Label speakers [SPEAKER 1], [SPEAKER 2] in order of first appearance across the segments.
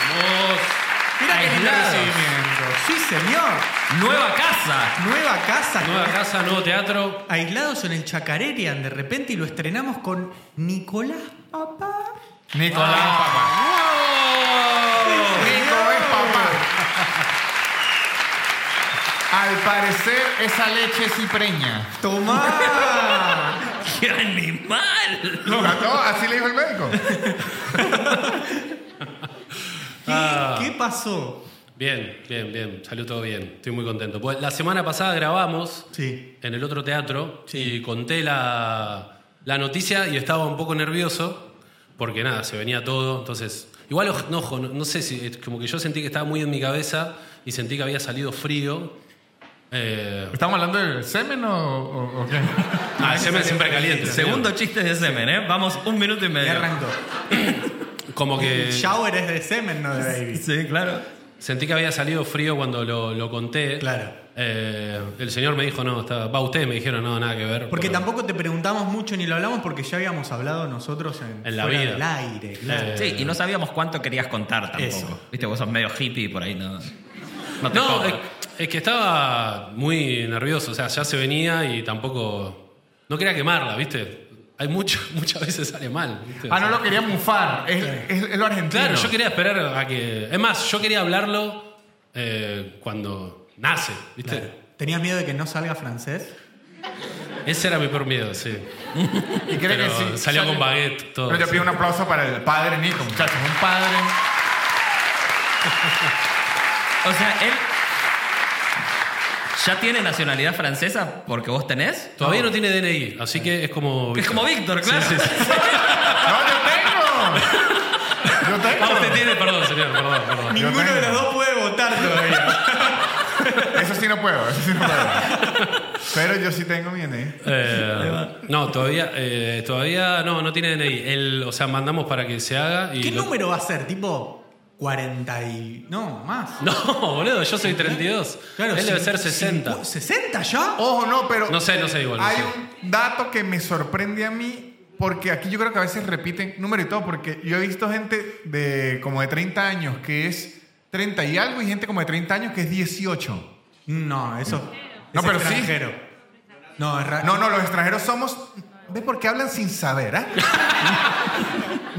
[SPEAKER 1] Mirá qué lindo
[SPEAKER 2] Aislados.
[SPEAKER 1] recibimiento. Sí, señor.
[SPEAKER 2] Nueva casa.
[SPEAKER 1] Nueva casa.
[SPEAKER 2] Nueva casa, nuevo teatro.
[SPEAKER 1] Aislados en el Chacarerian de repente y lo estrenamos con Nicolás Papá.
[SPEAKER 3] Nicolás
[SPEAKER 2] Ah.
[SPEAKER 3] Papá. Nicolás Papá. Al parecer esa leche sí preña.
[SPEAKER 1] Tomá.
[SPEAKER 2] ¡Qué animal!
[SPEAKER 3] ¿Lo mató? Así le dijo el médico.
[SPEAKER 1] ¿Qué,
[SPEAKER 2] Ah.
[SPEAKER 1] qué pasó?
[SPEAKER 2] Bien, bien, bien. Salió todo bien. Estoy muy contento. Pues la semana pasada grabamos
[SPEAKER 1] Sí.
[SPEAKER 2] en el otro teatro y conté la, la noticia y estaba un poco nervioso porque nada, se venía todo. Entonces, igual oj- no, ojo, no, no sé si, es como que yo sentí que estaba muy en mi cabeza y sentí que había salido frío. Eh,
[SPEAKER 3] ¿Estamos hablando del semen o, o- o qué?
[SPEAKER 2] ah, ese me siempre caliente.
[SPEAKER 4] Segundo chiste de semen, ¿eh? Vamos un minuto y
[SPEAKER 1] Y
[SPEAKER 4] medio.
[SPEAKER 1] arrancó.
[SPEAKER 2] eh, Como que
[SPEAKER 1] El shower es de semen, no de baby.
[SPEAKER 4] Sí, claro.
[SPEAKER 2] sentí que había salido frío cuando lo, lo conté.
[SPEAKER 1] Claro.
[SPEAKER 2] Eh, el señor me dijo, no, está- va usted, me dijeron, no, nada que ver.
[SPEAKER 1] Porque
[SPEAKER 2] Pero-
[SPEAKER 1] tampoco te preguntamos mucho ni lo hablamos porque ya habíamos hablado nosotros en,
[SPEAKER 2] En la
[SPEAKER 1] fuera
[SPEAKER 2] vida.
[SPEAKER 1] del aire. claro.
[SPEAKER 2] Eh,
[SPEAKER 4] Sí, y no sabíamos cuánto querías contar tampoco.
[SPEAKER 1] Eso.
[SPEAKER 4] Viste, vos sos medio hippie y por ahí no. No te
[SPEAKER 2] No,
[SPEAKER 4] copa.
[SPEAKER 2] es, es que estaba muy nervioso, o sea, ya se venía y tampoco. No quería quemarla, ¿viste? Hay mucho, muchas veces sale mal. ¿viste?
[SPEAKER 3] Ah, no lo quería mufar. Es, es- es lo argentino.
[SPEAKER 2] Claro, yo quería esperar a que. Es más, yo quería hablarlo eh, cuando nace, ¿viste?
[SPEAKER 1] ¿Tenías miedo de que no salga francés?
[SPEAKER 2] Ese era mi peor miedo, sí.
[SPEAKER 3] Y creo
[SPEAKER 2] Pero
[SPEAKER 3] que sí.
[SPEAKER 2] salió
[SPEAKER 3] sale-
[SPEAKER 2] con baguette, todo.
[SPEAKER 3] Pero yo
[SPEAKER 2] sí.
[SPEAKER 3] pido un aplauso para el padre Nico, muchachos. Un padre.
[SPEAKER 4] O sea, él. ¿Ya tiene nacionalidad francesa porque vos tenés?
[SPEAKER 2] Todavía no tiene DNI, así que es como.
[SPEAKER 4] Es como Víctor, claro.
[SPEAKER 2] Sí, sí, sí.
[SPEAKER 3] ¡No, yo tengo! Yo tengo.
[SPEAKER 2] Ah, usted tiene, perdón, señor, perdón, perdón.
[SPEAKER 3] Yo
[SPEAKER 1] Ninguno de
[SPEAKER 3] tengo.
[SPEAKER 1] los dos puede votar todavía.
[SPEAKER 3] Eso sí no puedo, eso sí no puedo. Pero yo sí tengo mi E. DNI.
[SPEAKER 2] Eh, no, todavía, eh, todavía no, no tiene DNI. El, o sea, mandamos para que se haga. Y
[SPEAKER 1] ¿Qué
[SPEAKER 2] lo-
[SPEAKER 1] número va a ser? ¿Tipo 40 y...? No, más.
[SPEAKER 2] No, boludo, yo soy 32. Él debe
[SPEAKER 1] cin-
[SPEAKER 2] ser 60.
[SPEAKER 1] cincu- ¿60 ya?
[SPEAKER 3] Ojo, no, pero.
[SPEAKER 2] No sé, no sé igual. no
[SPEAKER 3] Hay
[SPEAKER 2] sé.
[SPEAKER 3] un dato que me sorprende a mí, porque aquí yo creo que a veces repiten número y todo, porque yo he visto gente de como de 30 años que es 30 y algo y gente como de 30 años que es 18.
[SPEAKER 1] No, eso
[SPEAKER 3] No,
[SPEAKER 1] es
[SPEAKER 3] pero sí.
[SPEAKER 1] extranjero. No, es ra-
[SPEAKER 3] No, no, los extranjeros somos... ¿Ves por qué hablan sin saber? ah?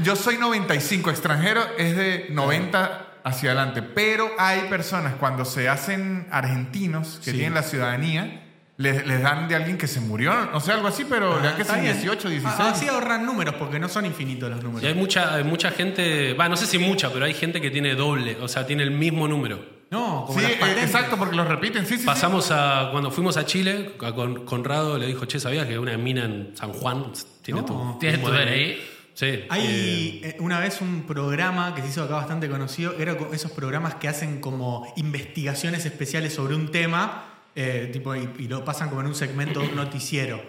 [SPEAKER 3] Yo soy 95, extranjero es de 90 hacia adelante, pero hay personas cuando se hacen argentinos que
[SPEAKER 1] Sí.
[SPEAKER 3] tienen la ciudadanía, les, les dan de alguien que se murió, no sé, algo así, pero le dan que
[SPEAKER 1] Ah, Está
[SPEAKER 3] son
[SPEAKER 1] bien.
[SPEAKER 3] 18, 16.
[SPEAKER 1] Ah, Así ahorran números porque no son infinitos los
[SPEAKER 2] Y hay
[SPEAKER 1] números.
[SPEAKER 2] mucha, hay mucha gente. Va, no sé si mucha, pero hay gente que tiene doble. O sea, tiene el mismo número.
[SPEAKER 1] No, como
[SPEAKER 3] Sí,
[SPEAKER 1] las
[SPEAKER 3] eh,
[SPEAKER 1] patentes.
[SPEAKER 3] exacto, porque los repiten, sí, sí, sí.
[SPEAKER 2] Pasamos a. Cuando fuimos a Chile, a Con- Conrado le dijo, che, ¿sabías que una mina en San Juan tiene
[SPEAKER 1] No.
[SPEAKER 2] tu.
[SPEAKER 4] ¿Tienes
[SPEAKER 2] mismo
[SPEAKER 4] tu DNI?
[SPEAKER 2] Sí. eh,
[SPEAKER 1] Hay eh, una vez un programa que se hizo acá bastante conocido, era co- esos programas que hacen como investigaciones especiales sobre un tema, eh, tipo, y, y lo pasan como en un segmento de un noticiero.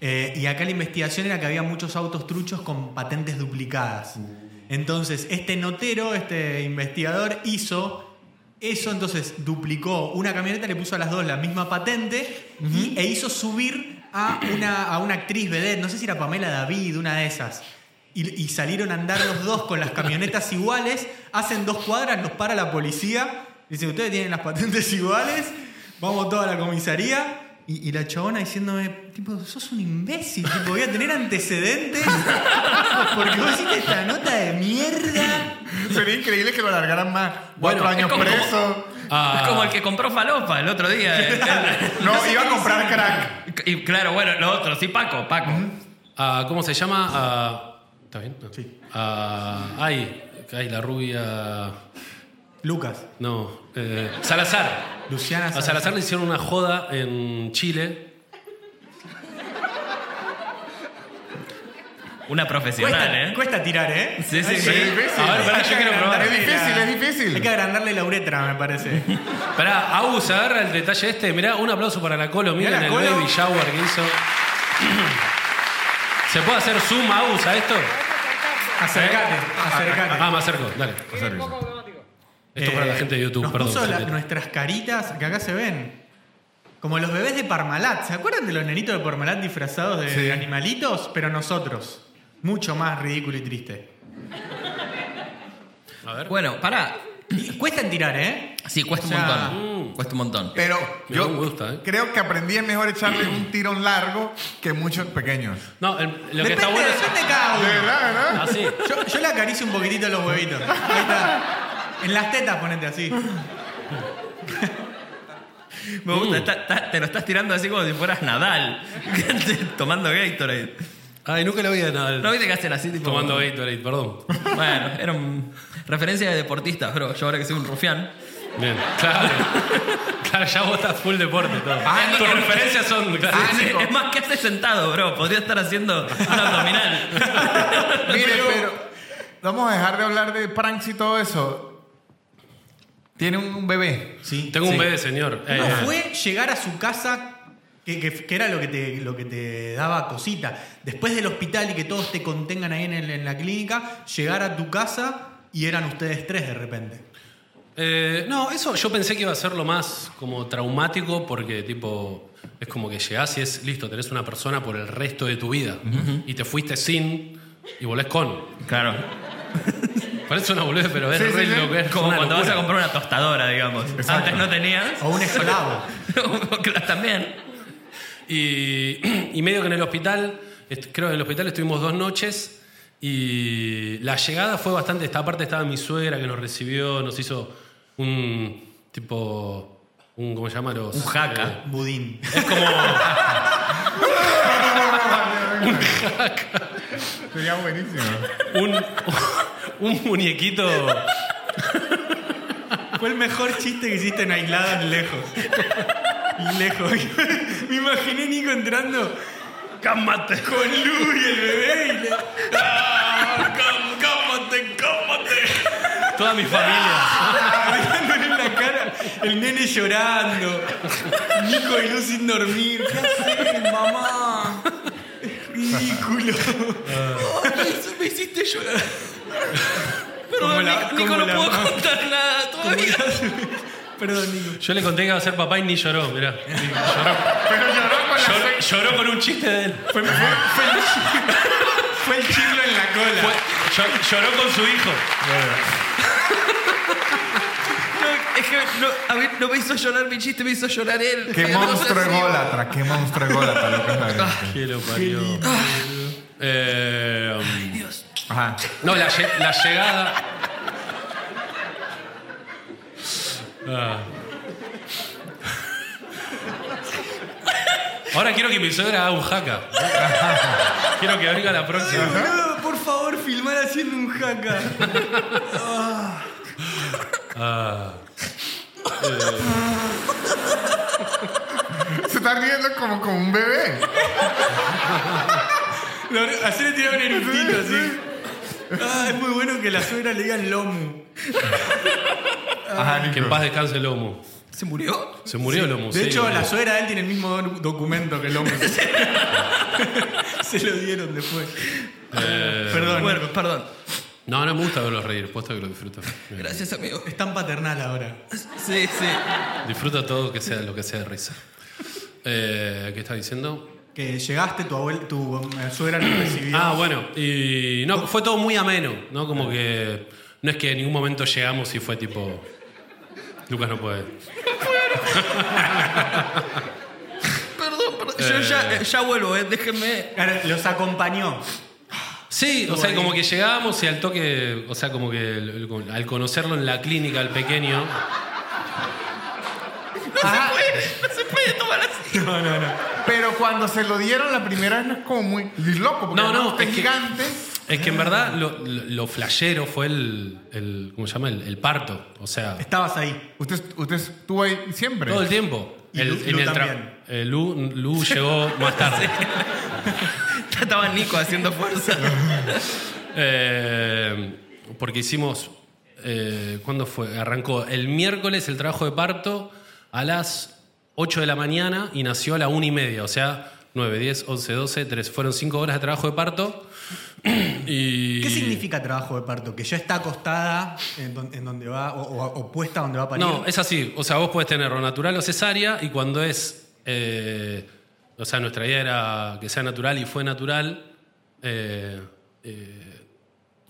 [SPEAKER 1] Eh, y acá la investigación era que había muchos autos truchos con patentes duplicadas. Entonces, este notero, este investigador, hizo eso, entonces duplicó una camioneta, le puso a las dos la misma patente y, e hizo subir a una, a una actriz vedette, no sé si era Pamela David, una de esas. Y, y salieron a andar los dos con las camionetas iguales, hacen dos cuadras, los para la policía, dicen, ustedes tienen las patentes iguales, vamos todos a la comisaría. Y, y la chabona diciéndome, tipo, sos un imbécil, tipo, voy a tener antecedentes porque vos hiciste esta nota de mierda.
[SPEAKER 3] Sería increíble que lo largaran más.
[SPEAKER 2] Bueno,
[SPEAKER 3] Cuatro
[SPEAKER 2] es
[SPEAKER 3] años
[SPEAKER 4] como-
[SPEAKER 3] preso.
[SPEAKER 2] Ah.
[SPEAKER 4] Es como el que compró falopa el otro día. eh.
[SPEAKER 3] No, iba a comprar crack.
[SPEAKER 4] y claro, bueno, lo otro, sí, Paco, Paco.
[SPEAKER 2] a- ¿Cómo se llama? A- ¿Está bien? No.
[SPEAKER 1] Sí.
[SPEAKER 2] A- ay, ay, la rubia.
[SPEAKER 1] Lucas,
[SPEAKER 2] No. eh, Salazar.
[SPEAKER 1] Luciana
[SPEAKER 2] A Salazar le hicieron una joda en Chile.
[SPEAKER 4] Una profesional,
[SPEAKER 1] cuesta,
[SPEAKER 4] ¿eh?
[SPEAKER 1] cuesta tirar, ¿eh?
[SPEAKER 4] Sí, sí,
[SPEAKER 1] Hay
[SPEAKER 4] sí.
[SPEAKER 1] que-
[SPEAKER 3] Es difícil.
[SPEAKER 2] A ver, pará, yo quiero probar.
[SPEAKER 3] Es difícil, es difícil.
[SPEAKER 1] Hay que agrandarle la uretra, me parece.
[SPEAKER 2] Pará, Agus, agarra el detalle este. Mirá, un aplauso para la Colo.
[SPEAKER 1] Mirá
[SPEAKER 2] Miren
[SPEAKER 1] la
[SPEAKER 2] el
[SPEAKER 1] Colo.
[SPEAKER 2] baby shower que hizo. ¿Se puede hacer zoom, Agus, a esto?
[SPEAKER 1] Acercate,
[SPEAKER 3] ¿Eh?
[SPEAKER 1] acercate.
[SPEAKER 2] Ah, me acerco, dale. Esto
[SPEAKER 1] Eh,
[SPEAKER 2] para la gente de YouTube,
[SPEAKER 1] nos
[SPEAKER 2] perdón.
[SPEAKER 1] puso la-
[SPEAKER 2] gente.
[SPEAKER 1] nuestras caritas que acá se ven. Como los bebés de Parmalat. ¿Se acuerdan de los nenitos de Parmalat disfrazados de
[SPEAKER 3] Sí.
[SPEAKER 1] animalitos? Pero nosotros. Mucho más ridículo y triste.
[SPEAKER 2] A ver.
[SPEAKER 4] Bueno, pará.
[SPEAKER 1] Cuesta en tirar, ¿eh?
[SPEAKER 4] Sí, cuesta
[SPEAKER 1] O
[SPEAKER 4] un
[SPEAKER 1] sea,
[SPEAKER 4] montón. Cuesta un montón.
[SPEAKER 3] Pero
[SPEAKER 2] Me
[SPEAKER 3] yo
[SPEAKER 2] gusta, ¿eh?
[SPEAKER 3] creo que aprendí es mejor echarle un tirón largo que muchos pequeños.
[SPEAKER 2] No, el- lo que
[SPEAKER 1] depende,
[SPEAKER 2] está bueno
[SPEAKER 1] depende de
[SPEAKER 2] es. Ah,
[SPEAKER 1] cada
[SPEAKER 3] De
[SPEAKER 1] uno.
[SPEAKER 3] verdad, ¿verdad?
[SPEAKER 2] Así.
[SPEAKER 1] Yo, yo le acaricio un poquitito los huevitos. Ahí está. En las tetas ponete así.
[SPEAKER 4] Me gusta, está- está- te lo estás tirando así como si fueras Nadal. Tomando Gatorade.
[SPEAKER 2] Ay, nunca lo vi de nada.
[SPEAKER 4] ¿No viste que hacen así? Tipo,
[SPEAKER 2] Tomando Gatorade, perdón.
[SPEAKER 4] Bueno, era un- referencia de deportistas, bro. Yo ahora que soy un rufián.
[SPEAKER 2] Bien, claro. claro, ya vos estás full deporte todo.
[SPEAKER 3] Ah,
[SPEAKER 2] Tus
[SPEAKER 4] no.
[SPEAKER 2] referencias son. claro.
[SPEAKER 3] Ah,
[SPEAKER 4] Sí,
[SPEAKER 3] Nico.
[SPEAKER 4] es más, que hace sentado, bro? Podría estar haciendo un abdominal.
[SPEAKER 3] Mire, pero vamos a dejar de hablar de pranks y todo eso. Tiene un, un bebé.
[SPEAKER 1] Sí.
[SPEAKER 2] Tengo un
[SPEAKER 4] Sí.
[SPEAKER 2] bebé, señor. Eh,
[SPEAKER 1] No, fue llegar a su casa, que, que- que era lo que, te, lo que te daba cosita. Después del hospital y que todos te contengan ahí en, el- en la clínica, llegar a tu casa y eran ustedes tres de repente.
[SPEAKER 2] eh, no, eso yo pensé que iba a ser lo más como traumático porque, tipo, es como que llegás y es listo, tenés una persona por el resto de tu vida. Y te fuiste sin y volvés con.
[SPEAKER 4] Claro.
[SPEAKER 2] Parece una boludez, pero es
[SPEAKER 3] Sí, sí,
[SPEAKER 2] re
[SPEAKER 3] sí.
[SPEAKER 2] loco, es
[SPEAKER 4] Como
[SPEAKER 2] una
[SPEAKER 4] cuando vas a
[SPEAKER 2] locura.
[SPEAKER 4] comprar una Oh. tostadora, digamos. Antes no tenías.
[SPEAKER 1] O un esclavo.
[SPEAKER 4] Claro, También.
[SPEAKER 2] Y, y medio que en el hospital, est- creo que en el hospital estuvimos dos noches y la llegada fue bastante. Esta parte estaba mi suegra que nos recibió, nos hizo un tipo. Un, ¿Cómo se llama? Los,
[SPEAKER 4] Un jaca.
[SPEAKER 1] Budín.
[SPEAKER 2] eh, es como.
[SPEAKER 3] Sería buenísimo.
[SPEAKER 2] Un, un muñequito.
[SPEAKER 1] Fue el mejor chiste que hiciste en aislados lejos. Lejos. Me imaginé Nico entrando. Cámate. Con Lu y el bebé. y le- "Ah,
[SPEAKER 2] ¡Cámate, cámate! Toda mi familia.
[SPEAKER 1] Mirándole en la cara, el nene llorando, Nico y Luz sin dormir. ¿Qué haces, mamá? Es Ridículo.
[SPEAKER 4] me hiciste llorar.
[SPEAKER 1] Como
[SPEAKER 4] Perdón,
[SPEAKER 1] la-
[SPEAKER 4] Nico,
[SPEAKER 1] como
[SPEAKER 4] no
[SPEAKER 1] la
[SPEAKER 4] puedo
[SPEAKER 1] mamá.
[SPEAKER 4] contar nada todavía.
[SPEAKER 1] Perdón, Nico.
[SPEAKER 2] Yo le conté que iba a ser papá y ni lloró, mirá. Ni
[SPEAKER 3] Pero lloró con la
[SPEAKER 2] Lloró, lloró con un chiste de él.
[SPEAKER 1] Fue, fue- fue el, chi- fue el chiclo en la cola.
[SPEAKER 2] Fue- llor- lloró con su hijo.
[SPEAKER 4] No, es que no, a mí no me hizo llorar mi chiste, me hizo llorar él.
[SPEAKER 3] Qué
[SPEAKER 4] Entonces,
[SPEAKER 3] monstruo
[SPEAKER 4] sí.
[SPEAKER 3] ególatra, qué monstruo ególatra lo que es la verdad.
[SPEAKER 2] Que lo parió. Eh, um,
[SPEAKER 4] Dios.
[SPEAKER 3] Ajá.
[SPEAKER 2] no, la, lle- la llegada. Ah. Ahora quiero que mi suegra haga un jaca. Quiero que venga la
[SPEAKER 1] Ay,
[SPEAKER 2] próxima.
[SPEAKER 1] boludo, por favor, filmar haciendo un jaca.
[SPEAKER 3] Se está riendo como con un bebé.
[SPEAKER 1] Lo- Hacerle tirar un erutito así. Ah, es muy bueno que la suegra le digan lomu.
[SPEAKER 3] Ajá,
[SPEAKER 2] Que en
[SPEAKER 3] Nico.
[SPEAKER 2] paz descanse Lomo.
[SPEAKER 4] ¿Se murió?
[SPEAKER 2] Se murió Lomo.
[SPEAKER 1] De
[SPEAKER 2] sí,
[SPEAKER 1] hecho,
[SPEAKER 2] boludo.
[SPEAKER 1] la suegra de él tiene el mismo doc- documento que el hombre. Se lo dieron después.
[SPEAKER 2] Eh.
[SPEAKER 1] Perdón.
[SPEAKER 4] Bueno, perdón.
[SPEAKER 2] No, no me gusta verlos reír. Posta que lo disfruto. Bien.
[SPEAKER 4] Gracias, amigo.
[SPEAKER 1] Es tan paternal ahora.
[SPEAKER 4] Sí, sí.
[SPEAKER 2] Disfruto todo que sea lo que sea de risa. Eh, ¿Qué estás diciendo?
[SPEAKER 1] Que llegaste, tu abuela, tu eh, suegra lo recibió.
[SPEAKER 2] Ah, bueno, y no, fue todo muy ameno, ¿no? Como que no es que en ningún momento llegamos y fue tipo, Lucas no puede.
[SPEAKER 4] Perdón, perdón. Yo ya, eh, ya vuelvo, eh. Déjenme.
[SPEAKER 1] Ahora, los acompañó.
[SPEAKER 2] Sí, o sea, como que llegábamos y al toque, o sea, como que el- el- al conocerlo en la clínica, al pequeño,
[SPEAKER 1] Ah,
[SPEAKER 4] No se puede tomar así.
[SPEAKER 1] no, no, no.
[SPEAKER 3] Pero cuando se lo dieron la primera vez no es como muy y loco, porque
[SPEAKER 2] No, no,
[SPEAKER 3] está
[SPEAKER 2] es que-
[SPEAKER 3] gigante.
[SPEAKER 2] es que en verdad lo, lo, lo flashero fue el, el- ¿cómo se llama? El, el parto, o sea,
[SPEAKER 1] Estabas ahí.
[SPEAKER 3] Usted, usted estuvo ahí siempre.
[SPEAKER 2] todo el tiempo.
[SPEAKER 1] Y
[SPEAKER 2] El-
[SPEAKER 1] Lu-
[SPEAKER 2] en
[SPEAKER 1] Lu
[SPEAKER 2] el tra-
[SPEAKER 1] también.
[SPEAKER 2] eh, Lu, Lu llegó más tarde.
[SPEAKER 4] Estaba Nico haciendo fuerza.
[SPEAKER 2] Eh, porque hicimos. eh, ¿Cuándo fue? Arrancó el miércoles el trabajo de parto a las 8 de la mañana y nació a la 1 y media. O sea, 9, 10, 11, 12, 13. Fueron 5 horas de trabajo de parto. y,
[SPEAKER 1] ¿Qué significa trabajo de parto? ¿Que ya está acostada en, don- en donde va, o, o- o puesta donde va a parir?
[SPEAKER 2] No, es así. O sea, vos podés tener o natural o cesárea y cuando es. eh, o sea, nuestra idea era que sea natural y fue natural. eh, eh,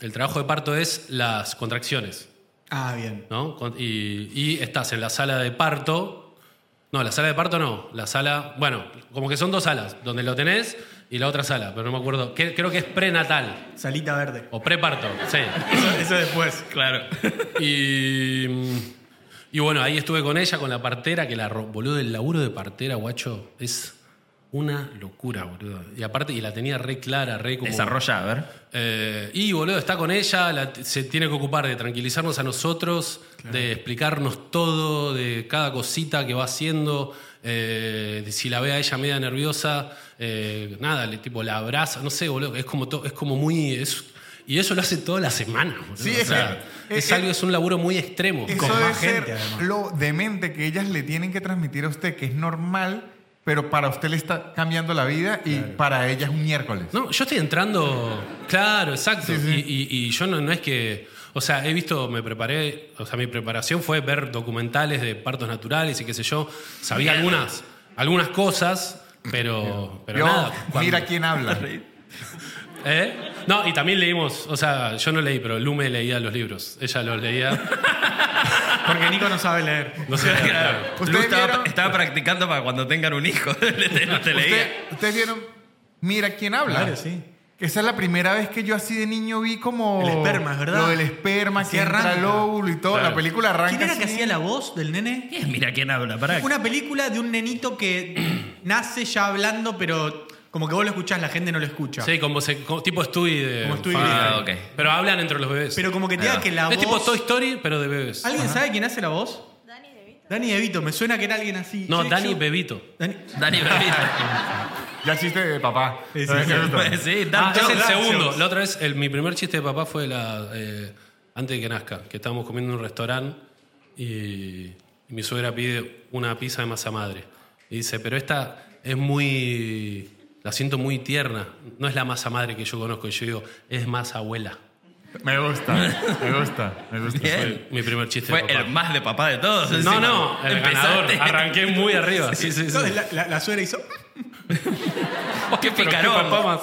[SPEAKER 2] el trabajo de parto es las contracciones,
[SPEAKER 1] Ah, bien.
[SPEAKER 2] ¿no? Con- Y, y estás en la sala de parto. No, la sala de parto no. La sala. Bueno, como que son dos salas, donde lo tenés y la otra sala, pero no me acuerdo. Que- Creo que es prenatal
[SPEAKER 1] Salita verde.
[SPEAKER 2] o preparto, sí.
[SPEAKER 1] Eso, eso después.
[SPEAKER 4] Claro.
[SPEAKER 2] Y, y bueno, ahí estuve con ella, con la partera, que la ro- boludo, el laburo de partera, guacho, es una locura, boludo. Y aparte, y la tenía re clara, re como.
[SPEAKER 4] Desarrolla, a ver.
[SPEAKER 2] Eh, y boludo, está con ella, la- se tiene que ocupar de tranquilizarnos a nosotros, de explicarnos todo, de cada cosita que va haciendo, eh, de si la ve a ella media nerviosa, eh, nada, le, tipo la abraza, no sé, boludo, es como, to- es como muy... es- y eso lo hace toda la semana, boludo.
[SPEAKER 3] Sí,
[SPEAKER 2] o
[SPEAKER 3] es
[SPEAKER 2] sea,
[SPEAKER 3] que-
[SPEAKER 2] es
[SPEAKER 3] es-
[SPEAKER 2] algo, es un laburo muy extremo.
[SPEAKER 3] Eso
[SPEAKER 1] con
[SPEAKER 3] debe
[SPEAKER 1] más gente,
[SPEAKER 3] ser
[SPEAKER 1] además.
[SPEAKER 3] lo demente que ellas le tienen que transmitir a usted, que es normal, pero para usted le está cambiando la vida y para ella es un miércoles.
[SPEAKER 2] No, yo estoy entrando. Claro, exacto.
[SPEAKER 3] Sí, sí.
[SPEAKER 2] Y, y- y yo no, no es que. O sea, he visto, me preparé. O sea, mi preparación fue ver documentales de partos naturales y qué sé yo. Sabía algunas, algunas cosas, pero, pero
[SPEAKER 3] Yo,
[SPEAKER 2] nada. cuando-
[SPEAKER 3] mira quién habla.
[SPEAKER 2] ¿Eh? No, y también leímos. O sea, yo no leí, pero Lume leía los libros. Ella los leía.
[SPEAKER 1] Porque Nico no sabe leer.
[SPEAKER 2] No sé. claro.
[SPEAKER 3] ¿Ustedes
[SPEAKER 4] Lu estaba,
[SPEAKER 3] vieron?
[SPEAKER 4] estaba practicando para cuando tengan un hijo. Le- te- no te
[SPEAKER 3] Usted-
[SPEAKER 4] leía.
[SPEAKER 3] ¿Ustedes vieron? Mira quién habla.
[SPEAKER 1] Claro, sí.
[SPEAKER 3] Esa es la primera vez que yo así de niño vi como...
[SPEAKER 1] El esperma, es verdad.
[SPEAKER 3] Lo del esperma,
[SPEAKER 1] Así
[SPEAKER 3] que entra
[SPEAKER 1] arranca.
[SPEAKER 3] el óvulo y todo.
[SPEAKER 2] Claro.
[SPEAKER 3] La película arranca
[SPEAKER 1] ¿Quién era que
[SPEAKER 3] así.
[SPEAKER 1] hacía la voz del nene?
[SPEAKER 4] ¿Qué es? Mira quién habla, pará.
[SPEAKER 1] Una película de un nenito que nace ya hablando, pero como que vos lo escuchás, la gente no lo escucha.
[SPEAKER 2] Sí, como, se- como tipo Stewie de.
[SPEAKER 1] Como Stewie
[SPEAKER 2] Ah,
[SPEAKER 4] Griffin.
[SPEAKER 2] ok. Pero hablan entre los bebés.
[SPEAKER 1] Pero como que te da que la
[SPEAKER 2] Ah. es
[SPEAKER 1] voz.
[SPEAKER 2] tipo Toy Story, pero de bebés.
[SPEAKER 1] ¿Alguien sabe quién hace la voz?
[SPEAKER 5] Dani DeVito.
[SPEAKER 1] Dani DeVito, me suena que era alguien así.
[SPEAKER 2] No,
[SPEAKER 1] Sí,
[SPEAKER 2] Dani
[SPEAKER 1] yo-
[SPEAKER 2] Bebito.
[SPEAKER 1] Dani-
[SPEAKER 4] Dani Bravito.
[SPEAKER 3] Ya chiste de papá.
[SPEAKER 1] Sí, sí, sí.
[SPEAKER 4] sí,
[SPEAKER 2] Ah,
[SPEAKER 4] Dante
[SPEAKER 2] es el
[SPEAKER 4] Horacio.
[SPEAKER 2] segundo. La otra vez, el- mi primer chiste de papá fue la eh, antes de que nazca, que estábamos comiendo en un restaurante y, y mi suegra pide una pizza de masa madre. Y dice, pero esta es muy. La siento muy tierna. No es la masa madre que yo conozco. Y yo digo, es más abuela.
[SPEAKER 3] Me gusta, me gusta, me gusta.
[SPEAKER 2] Fue
[SPEAKER 4] Bien.
[SPEAKER 2] mi primer chiste
[SPEAKER 4] Fue
[SPEAKER 2] de papá.
[SPEAKER 4] el más de papá de todos.
[SPEAKER 2] no,
[SPEAKER 4] encima.
[SPEAKER 2] no, el
[SPEAKER 4] Empezaste.
[SPEAKER 2] ganador. Arranqué muy arriba. Sí, sí, sí.
[SPEAKER 1] Entonces la, la- la suegra hizo.
[SPEAKER 4] Qué
[SPEAKER 2] Pero
[SPEAKER 4] picarón.
[SPEAKER 2] Qué papá, más,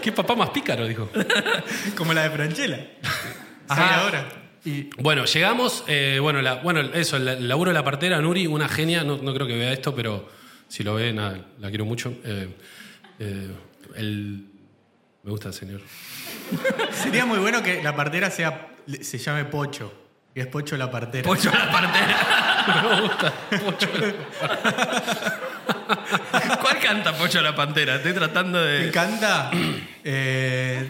[SPEAKER 2] qué papá más pícaro, dijo.
[SPEAKER 1] Como la de Franchella.
[SPEAKER 3] Ajá.
[SPEAKER 1] Sale ahora.
[SPEAKER 3] Y
[SPEAKER 2] Bueno, llegamos. eh, bueno, la- bueno, eso, la- el laburo de la partera, Nuri, una genia. No, no creo que vea esto, pero si lo ve, nada, la quiero mucho. Eh, eh, el- me gusta el señor.
[SPEAKER 1] Sería muy bueno que la partera sea, se llame Pocho. Y es Pocho la partera.
[SPEAKER 4] Pocho la partera.
[SPEAKER 2] Me gusta. Pocho.
[SPEAKER 4] ¿Cuál canta Pocho la Pantera? Estoy tratando
[SPEAKER 1] Me
[SPEAKER 4] de.
[SPEAKER 1] encanta. eh,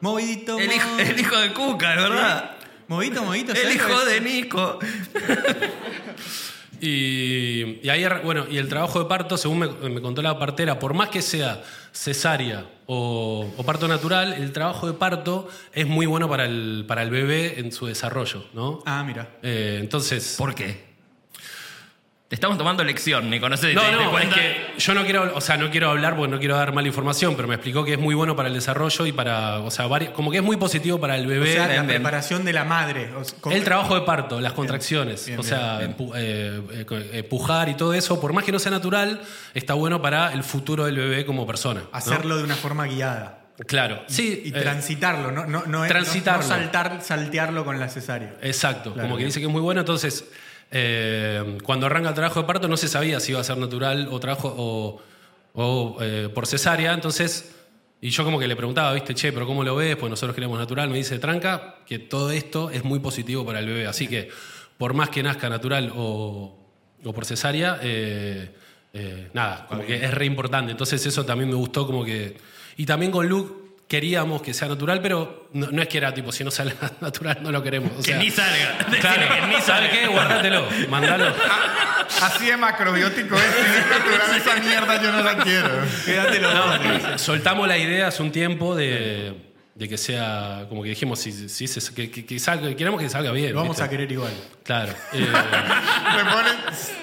[SPEAKER 1] movidito.
[SPEAKER 4] El hijo,
[SPEAKER 1] mo-
[SPEAKER 4] el hijo de Cuca, es ¿verdad?
[SPEAKER 1] Movidito, movidito.
[SPEAKER 4] El
[SPEAKER 1] ¿sabes
[SPEAKER 4] hijo
[SPEAKER 1] lo que
[SPEAKER 4] de
[SPEAKER 1] es?
[SPEAKER 4] Nico.
[SPEAKER 2] Y, y ahí, arran- bueno, y el trabajo de parto, según me, me contó la partera, por más que sea cesárea o, o parto natural, el trabajo de parto es muy bueno para el, para el bebé en su desarrollo, ¿no?
[SPEAKER 1] Ah, mira.
[SPEAKER 2] Eh, entonces.
[SPEAKER 4] ¿Por qué? Te estamos tomando lección, Nico. No sé si te
[SPEAKER 2] No,
[SPEAKER 4] diste
[SPEAKER 2] no, es
[SPEAKER 4] cuenta.
[SPEAKER 2] que yo no quiero, o sea, no quiero hablar porque no quiero dar mala información, pero me explicó que es muy bueno para el desarrollo y para, o sea, vari- como que es muy positivo para el
[SPEAKER 1] O
[SPEAKER 2] bebé.
[SPEAKER 1] sea, la
[SPEAKER 4] bien, bien.
[SPEAKER 1] preparación de la madre. o sea, con-
[SPEAKER 2] el trabajo de parto, las contracciones,
[SPEAKER 1] bien,
[SPEAKER 2] o sea, pu- eh, eh, co- eh, pujar y todo eso, por más que no sea natural, está bueno para el futuro del bebé como persona. ¿no?
[SPEAKER 1] Hacerlo de una forma guiada.
[SPEAKER 2] Claro. Sí,
[SPEAKER 1] Y
[SPEAKER 2] eh,
[SPEAKER 1] transitarlo, no, no, no, es-
[SPEAKER 2] transitarlo.
[SPEAKER 1] no- no saltar, saltearlo con la cesárea.
[SPEAKER 2] Exacto,
[SPEAKER 1] Claro,
[SPEAKER 2] como que
[SPEAKER 1] bien.
[SPEAKER 2] dice que es muy bueno. Entonces, eh, cuando arranca el trabajo de parto no se sabía si iba a ser natural o trabajo o, o, eh, por cesárea. Entonces, y yo como que le preguntaba, viste, che, pero ¿cómo lo ves? Pues nosotros queremos natural. Me dice, tranca, que todo esto es muy positivo para el bebé. Así que, por más que nazca natural o, o por cesárea, eh, eh, nada, como que es re importante. Entonces, eso también me gustó como que... Y también con Luke... Queríamos que sea natural, pero no, no es que era tipo, si no sale natural, no lo queremos. O
[SPEAKER 4] Que
[SPEAKER 2] sea,
[SPEAKER 4] ni salga. Decirle
[SPEAKER 2] Claro.
[SPEAKER 4] que ni
[SPEAKER 2] ¿Sabe
[SPEAKER 4] salga.
[SPEAKER 2] qué? Guardátelo, mandalo.
[SPEAKER 3] así de macrobiótico es, es natural esa mierda, yo no la quiero.
[SPEAKER 1] Quédatelo. Ah.
[SPEAKER 2] Soltamos la idea hace un tiempo de, de que sea, como que dijimos, si, si se- que, que- que salga, queremos que salga bien.
[SPEAKER 1] Lo vamos
[SPEAKER 2] ¿viste?
[SPEAKER 1] a querer igual.
[SPEAKER 2] Claro. Eh,
[SPEAKER 3] Me ponen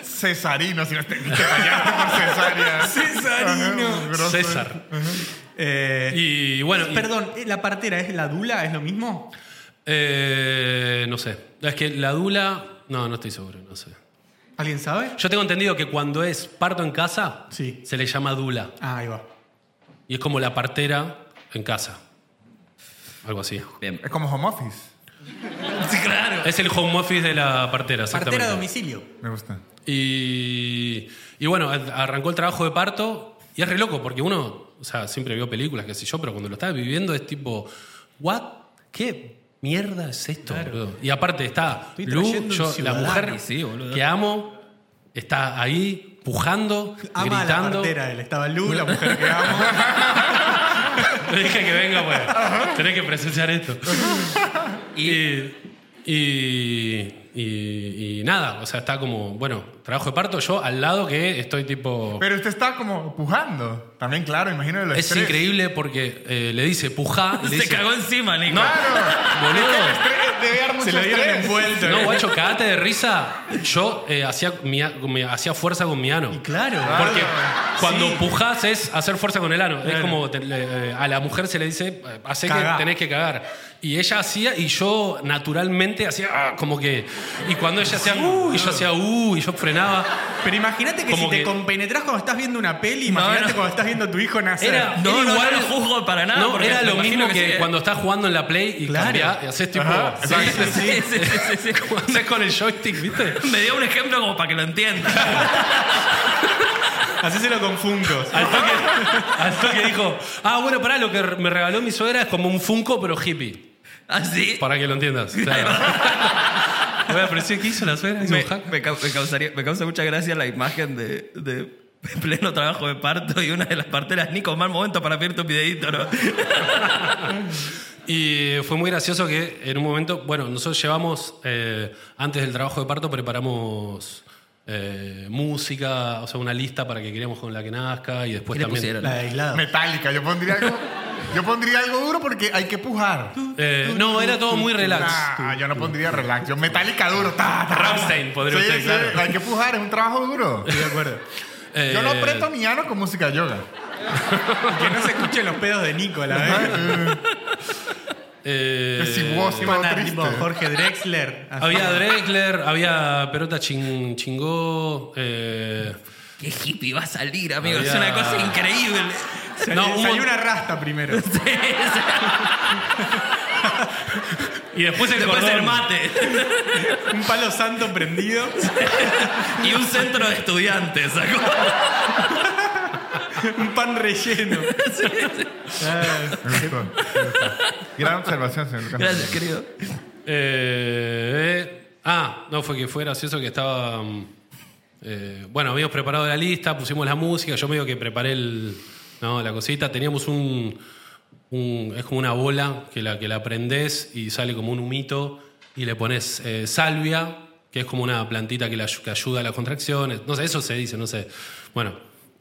[SPEAKER 3] cesarino, si no te, te fallaste por cesárea.
[SPEAKER 1] Cesarino.
[SPEAKER 3] Ajá, un grosso.
[SPEAKER 2] César.
[SPEAKER 1] Eh,
[SPEAKER 2] Y bueno. y-
[SPEAKER 1] Perdón, ¿eh, ¿la partera es la dula? ¿Es lo mismo?
[SPEAKER 2] eh, no sé. Es que la dula. No, no estoy seguro, no sé.
[SPEAKER 1] ¿Alguien sabe?
[SPEAKER 2] Yo tengo entendido que cuando es parto en casa,
[SPEAKER 1] Sí.
[SPEAKER 2] se le llama dula.
[SPEAKER 1] Ah, ahí va.
[SPEAKER 2] Y es como la partera en casa. Algo así.
[SPEAKER 4] Bien.
[SPEAKER 3] Es como home office.
[SPEAKER 4] Sí, claro.
[SPEAKER 2] Es el home office de la partera, exactamente.
[SPEAKER 1] Partera a domicilio.
[SPEAKER 3] Me gusta.
[SPEAKER 2] Y, y bueno, a- arrancó el trabajo de parto y es re loco porque uno, o sea, siempre vio películas, qué sé yo, pero cuando lo estás viviendo es tipo, ¿what? ¿Qué mierda es esto? boludo? Y aparte está
[SPEAKER 1] Estoy
[SPEAKER 2] Lu,
[SPEAKER 1] trayendo
[SPEAKER 2] yo-
[SPEAKER 1] un
[SPEAKER 2] la
[SPEAKER 1] ciudadano,
[SPEAKER 2] mujer
[SPEAKER 4] sí, boludo.
[SPEAKER 2] que amo, está ahí pujando,
[SPEAKER 1] Ama a la
[SPEAKER 2] gritando.
[SPEAKER 1] partera él. Estaba Lu, la mujer que amo.
[SPEAKER 2] Le dije que venga, pues. Tenés que presenciar esto. y, y- y- y nada, o sea, está como, bueno, trabajo de parto, yo al lado que estoy tipo...
[SPEAKER 3] Pero usted está como pujando. También, claro, imagino el
[SPEAKER 2] Oh. Es
[SPEAKER 3] estrés.
[SPEAKER 2] increíble porque eh, le dice pujá. y le
[SPEAKER 4] Se
[SPEAKER 2] dice,
[SPEAKER 4] cagó encima, Nico.
[SPEAKER 3] Claro.
[SPEAKER 2] Boludo.
[SPEAKER 3] Estrés, Debe dar mucho
[SPEAKER 1] Se lo dieron
[SPEAKER 3] estrés.
[SPEAKER 1] envuelto.
[SPEAKER 2] No, guacho, cagate de risa. Yo eh, hacía, mi a- me hacía fuerza con mi ano.
[SPEAKER 1] Y claro.
[SPEAKER 2] Porque
[SPEAKER 3] Claro.
[SPEAKER 2] cuando
[SPEAKER 1] Sí.
[SPEAKER 2] pujás es hacer fuerza con el ano. Es como te- le- eh, a la mujer se le dice, eh, hacé
[SPEAKER 1] Cagá.
[SPEAKER 2] que tenés que cagar. Y ella hacía, y yo naturalmente hacía ah, como que. Y cuando ella hacía, y yo hacía, uh, y yo frenaba.
[SPEAKER 1] Pero imagínate que
[SPEAKER 2] Como
[SPEAKER 1] si te
[SPEAKER 2] que-
[SPEAKER 1] compenetras cuando estás viendo una peli, imagínate
[SPEAKER 4] no.
[SPEAKER 1] cuando estás viendo a tu hijo nacer.
[SPEAKER 2] Era-
[SPEAKER 4] No,
[SPEAKER 2] Era
[SPEAKER 4] no,
[SPEAKER 2] igual-
[SPEAKER 4] no lo juzgo para nada.
[SPEAKER 2] no,
[SPEAKER 4] porque
[SPEAKER 2] era
[SPEAKER 4] me
[SPEAKER 2] lo
[SPEAKER 4] imagino
[SPEAKER 2] mismo que,
[SPEAKER 4] sí.
[SPEAKER 2] cuando estás jugando en la Play y
[SPEAKER 1] Claro.
[SPEAKER 2] cambiás, y haces tipo.
[SPEAKER 3] Ajá.
[SPEAKER 2] sí,
[SPEAKER 4] Sí,
[SPEAKER 2] sí,
[SPEAKER 4] sí, sí, sí, sí.
[SPEAKER 2] Como haces con el joystick, ¿viste?
[SPEAKER 4] Me dio un ejemplo como para que lo entienda.
[SPEAKER 1] Hacéselo con Funkos.
[SPEAKER 2] Al toque, al toque dijo, ah, bueno, pará, lo que me regaló mi suegra es como un Funko, pero hippie.
[SPEAKER 4] Así.
[SPEAKER 2] Para que lo entiendas. Claro. Voy a apreciar qué hizo la suegra. hizo
[SPEAKER 4] Me,
[SPEAKER 2] un hack.
[SPEAKER 4] me cau- me causaría, me causa mucha gracia la imagen de, de pleno trabajo de parto y una de las parteras, Nico, mal momento para pedirte un videíto, ¿no?
[SPEAKER 2] Y fue muy gracioso que en un momento, bueno, nosotros llevamos, eh, antes del trabajo de parto, preparamos eh, música, o sea, una lista para que queríamos con la que nazca y después
[SPEAKER 4] ¿Qué le
[SPEAKER 2] también...
[SPEAKER 4] pusieron?
[SPEAKER 1] La de aislado.
[SPEAKER 3] Metálica. Yo pondría algo. Yo pondría algo duro porque hay que pujar.
[SPEAKER 2] Eh, no, era todo muy relax.
[SPEAKER 3] Nah, yo no pondría relax. Yo metálica duro. Ta, ta.
[SPEAKER 2] Rammstein, podría
[SPEAKER 3] Sí,
[SPEAKER 2] usted,
[SPEAKER 3] sí,
[SPEAKER 2] claro.
[SPEAKER 3] Hay que pujar, es un trabajo duro. Estoy de acuerdo. Yo no
[SPEAKER 2] Eh,
[SPEAKER 3] aprieto mi ano con música yoga.
[SPEAKER 1] Que no se escuchen los pedos de Nico, la verdad.
[SPEAKER 2] eh,
[SPEAKER 3] Que si vos todo
[SPEAKER 1] Nada,
[SPEAKER 3] triste.
[SPEAKER 1] tipo Jorge Drexler. así.
[SPEAKER 2] Había Drexler, había Pelota Chin- Chingó. eh,
[SPEAKER 4] Qué hippie va a salir, amigo. Es
[SPEAKER 2] Había-
[SPEAKER 4] una cosa increíble.
[SPEAKER 1] Salió-
[SPEAKER 2] no, un
[SPEAKER 1] salió
[SPEAKER 2] mon-
[SPEAKER 1] una rasta primero.
[SPEAKER 2] y después el
[SPEAKER 4] Después
[SPEAKER 2] cordón.
[SPEAKER 4] el mate
[SPEAKER 1] Un palo santo prendido.
[SPEAKER 4] y un centro de estudiantes. ¿sacó?
[SPEAKER 1] Un pan relleno. Ah,
[SPEAKER 3] Me gustó, me gustó. Gran observación, señor Lucas.
[SPEAKER 4] Gracias, querido.
[SPEAKER 2] Eh, ah, no, fue que fue gracioso que estaba. mm, eh, bueno, habíamos preparado la lista, pusimos la música, yo medio que preparé el, no, la cosita. Teníamos un, un- Es como una bola que la, que la prendés y sale como un humito y le pones eh, salvia, que es como una plantita que, la ayu- que ayuda a las contracciones. No sé, eso se dice, no sé. Bueno,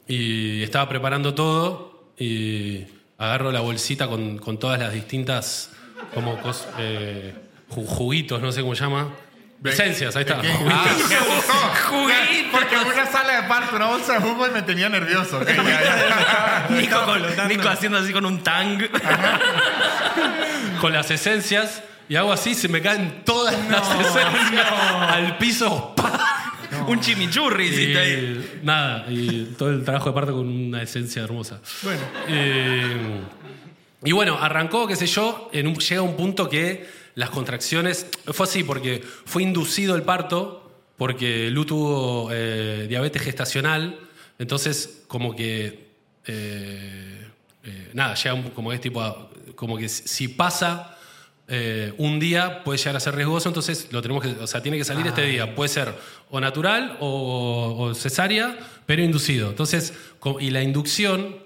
[SPEAKER 2] y estaba preparando todo y agarro la bolsita con, con todas las distintas. Como cos- eh, ju- juguitos, no sé cómo se llama. Esencias, ahí está.
[SPEAKER 3] ¿Qué?
[SPEAKER 2] Ah,
[SPEAKER 3] Me gustó.
[SPEAKER 4] Juguitos.
[SPEAKER 3] Porque en una sala de parto, una bolsa de jugo y me tenía nervioso. Ok, ya, ya.
[SPEAKER 4] Nico, con-
[SPEAKER 1] flotando.
[SPEAKER 4] Nico haciendo así con un tang.
[SPEAKER 3] Ah,
[SPEAKER 2] con las esencias y hago así, se me caen todas las esencias al piso. ¡pa!
[SPEAKER 4] Un chimichurri hiciste ahí.
[SPEAKER 2] Y nada, y todo el trabajo de parto con una esencia hermosa.
[SPEAKER 1] bueno.
[SPEAKER 2] Eh, y bueno, arrancó, qué sé yo, en un- llega un punto que las contracciones. Fue así, porque fue inducido el parto, porque Lu tuvo eh, diabetes gestacional, entonces, como que. eh, eh, nada, llega un- como que es tipo. a- como que si- si pasa. eh, un día puede llegar a ser riesgoso, entonces lo tenemos que, o sea, tiene que salir este día. Puede ser o natural o, o cesárea, pero inducido. Entonces, co- y la inducción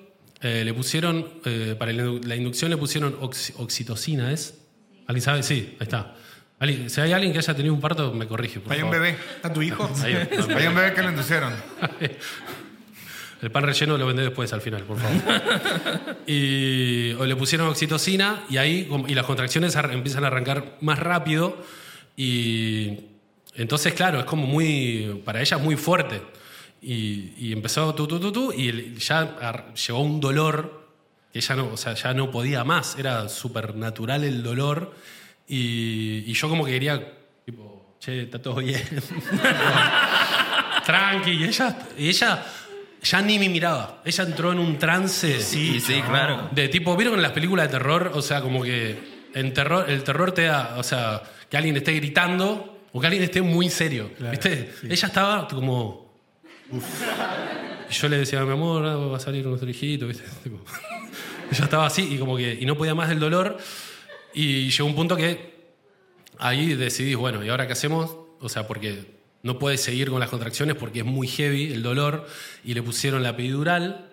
[SPEAKER 2] eh, le pusieron, eh, para la indu- la inducción le pusieron oxi- oxitocina, ¿es? ¿Alguien sabe? Sí, ahí está. Ali- si hay alguien que haya tenido un parto, me corrige, por
[SPEAKER 3] Hay un
[SPEAKER 2] favor.
[SPEAKER 3] bebé.
[SPEAKER 1] ¿A tu hijo?
[SPEAKER 2] Ahí va.
[SPEAKER 3] Hay un bebé que lo inducieron.
[SPEAKER 2] El pan relleno lo vendé después, al final, por favor. y o le pusieron oxitocina y ahí como- y las contracciones ar- empiezan a arrancar más rápido. Y entonces, claro, es como muy, para ella es muy fuerte. Y, y empezó tú, tú, tú, tú, y el- ya ar- llegó un dolor que ella no, o sea, ya no podía más. Era supernatural el dolor. Y, y yo como que quería, tipo, che, está todo bien. Tranqui, y ella, y ella ya ni me miraba. Ella entró en un trance
[SPEAKER 4] Sí, sí, claro.
[SPEAKER 2] de tipo, ¿vieron en las películas de terror? O sea, como que en terror, el terror te da, o sea, que alguien esté gritando o que alguien esté muy serio.
[SPEAKER 1] Claro,
[SPEAKER 2] ¿Viste?
[SPEAKER 1] sí.
[SPEAKER 2] Ella estaba como. Y yo le decía, mi amor, ah, va a salir nuestro hijito, ¿viste? Tipo, ella estaba así y como que. Y no podía más del dolor. Y llegó un punto que ahí decidís, bueno, ¿y ahora qué hacemos? O sea, porque no puedes seguir con las contracciones porque es muy heavy el dolor y le pusieron la epidural.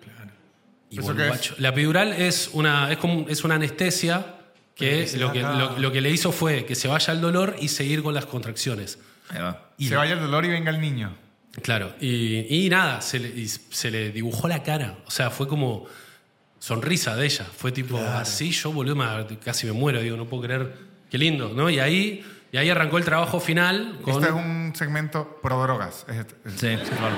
[SPEAKER 2] Y
[SPEAKER 3] ¿Eso
[SPEAKER 2] bueno,
[SPEAKER 3] qué es?
[SPEAKER 2] guacho, La epidural es una, es como, es una anestesia que, lo, que lo, lo que le hizo fue que se vaya el dolor y seguir con las contracciones.
[SPEAKER 4] Ahí va.
[SPEAKER 2] Y
[SPEAKER 3] Se
[SPEAKER 2] la-
[SPEAKER 3] vaya el dolor y venga el niño.
[SPEAKER 2] Claro, y, y nada, se le, y se le dibujó la cara. O sea, fue como sonrisa de ella. Fue tipo, así yo, boludo, me- casi me muero. Digo, no puedo creer. Qué lindo, ¿no? Y ahí, y ahí arrancó el trabajo final. Con,
[SPEAKER 3] Este es un segmento pro drogas. Es- este, es-
[SPEAKER 4] Sí, claro.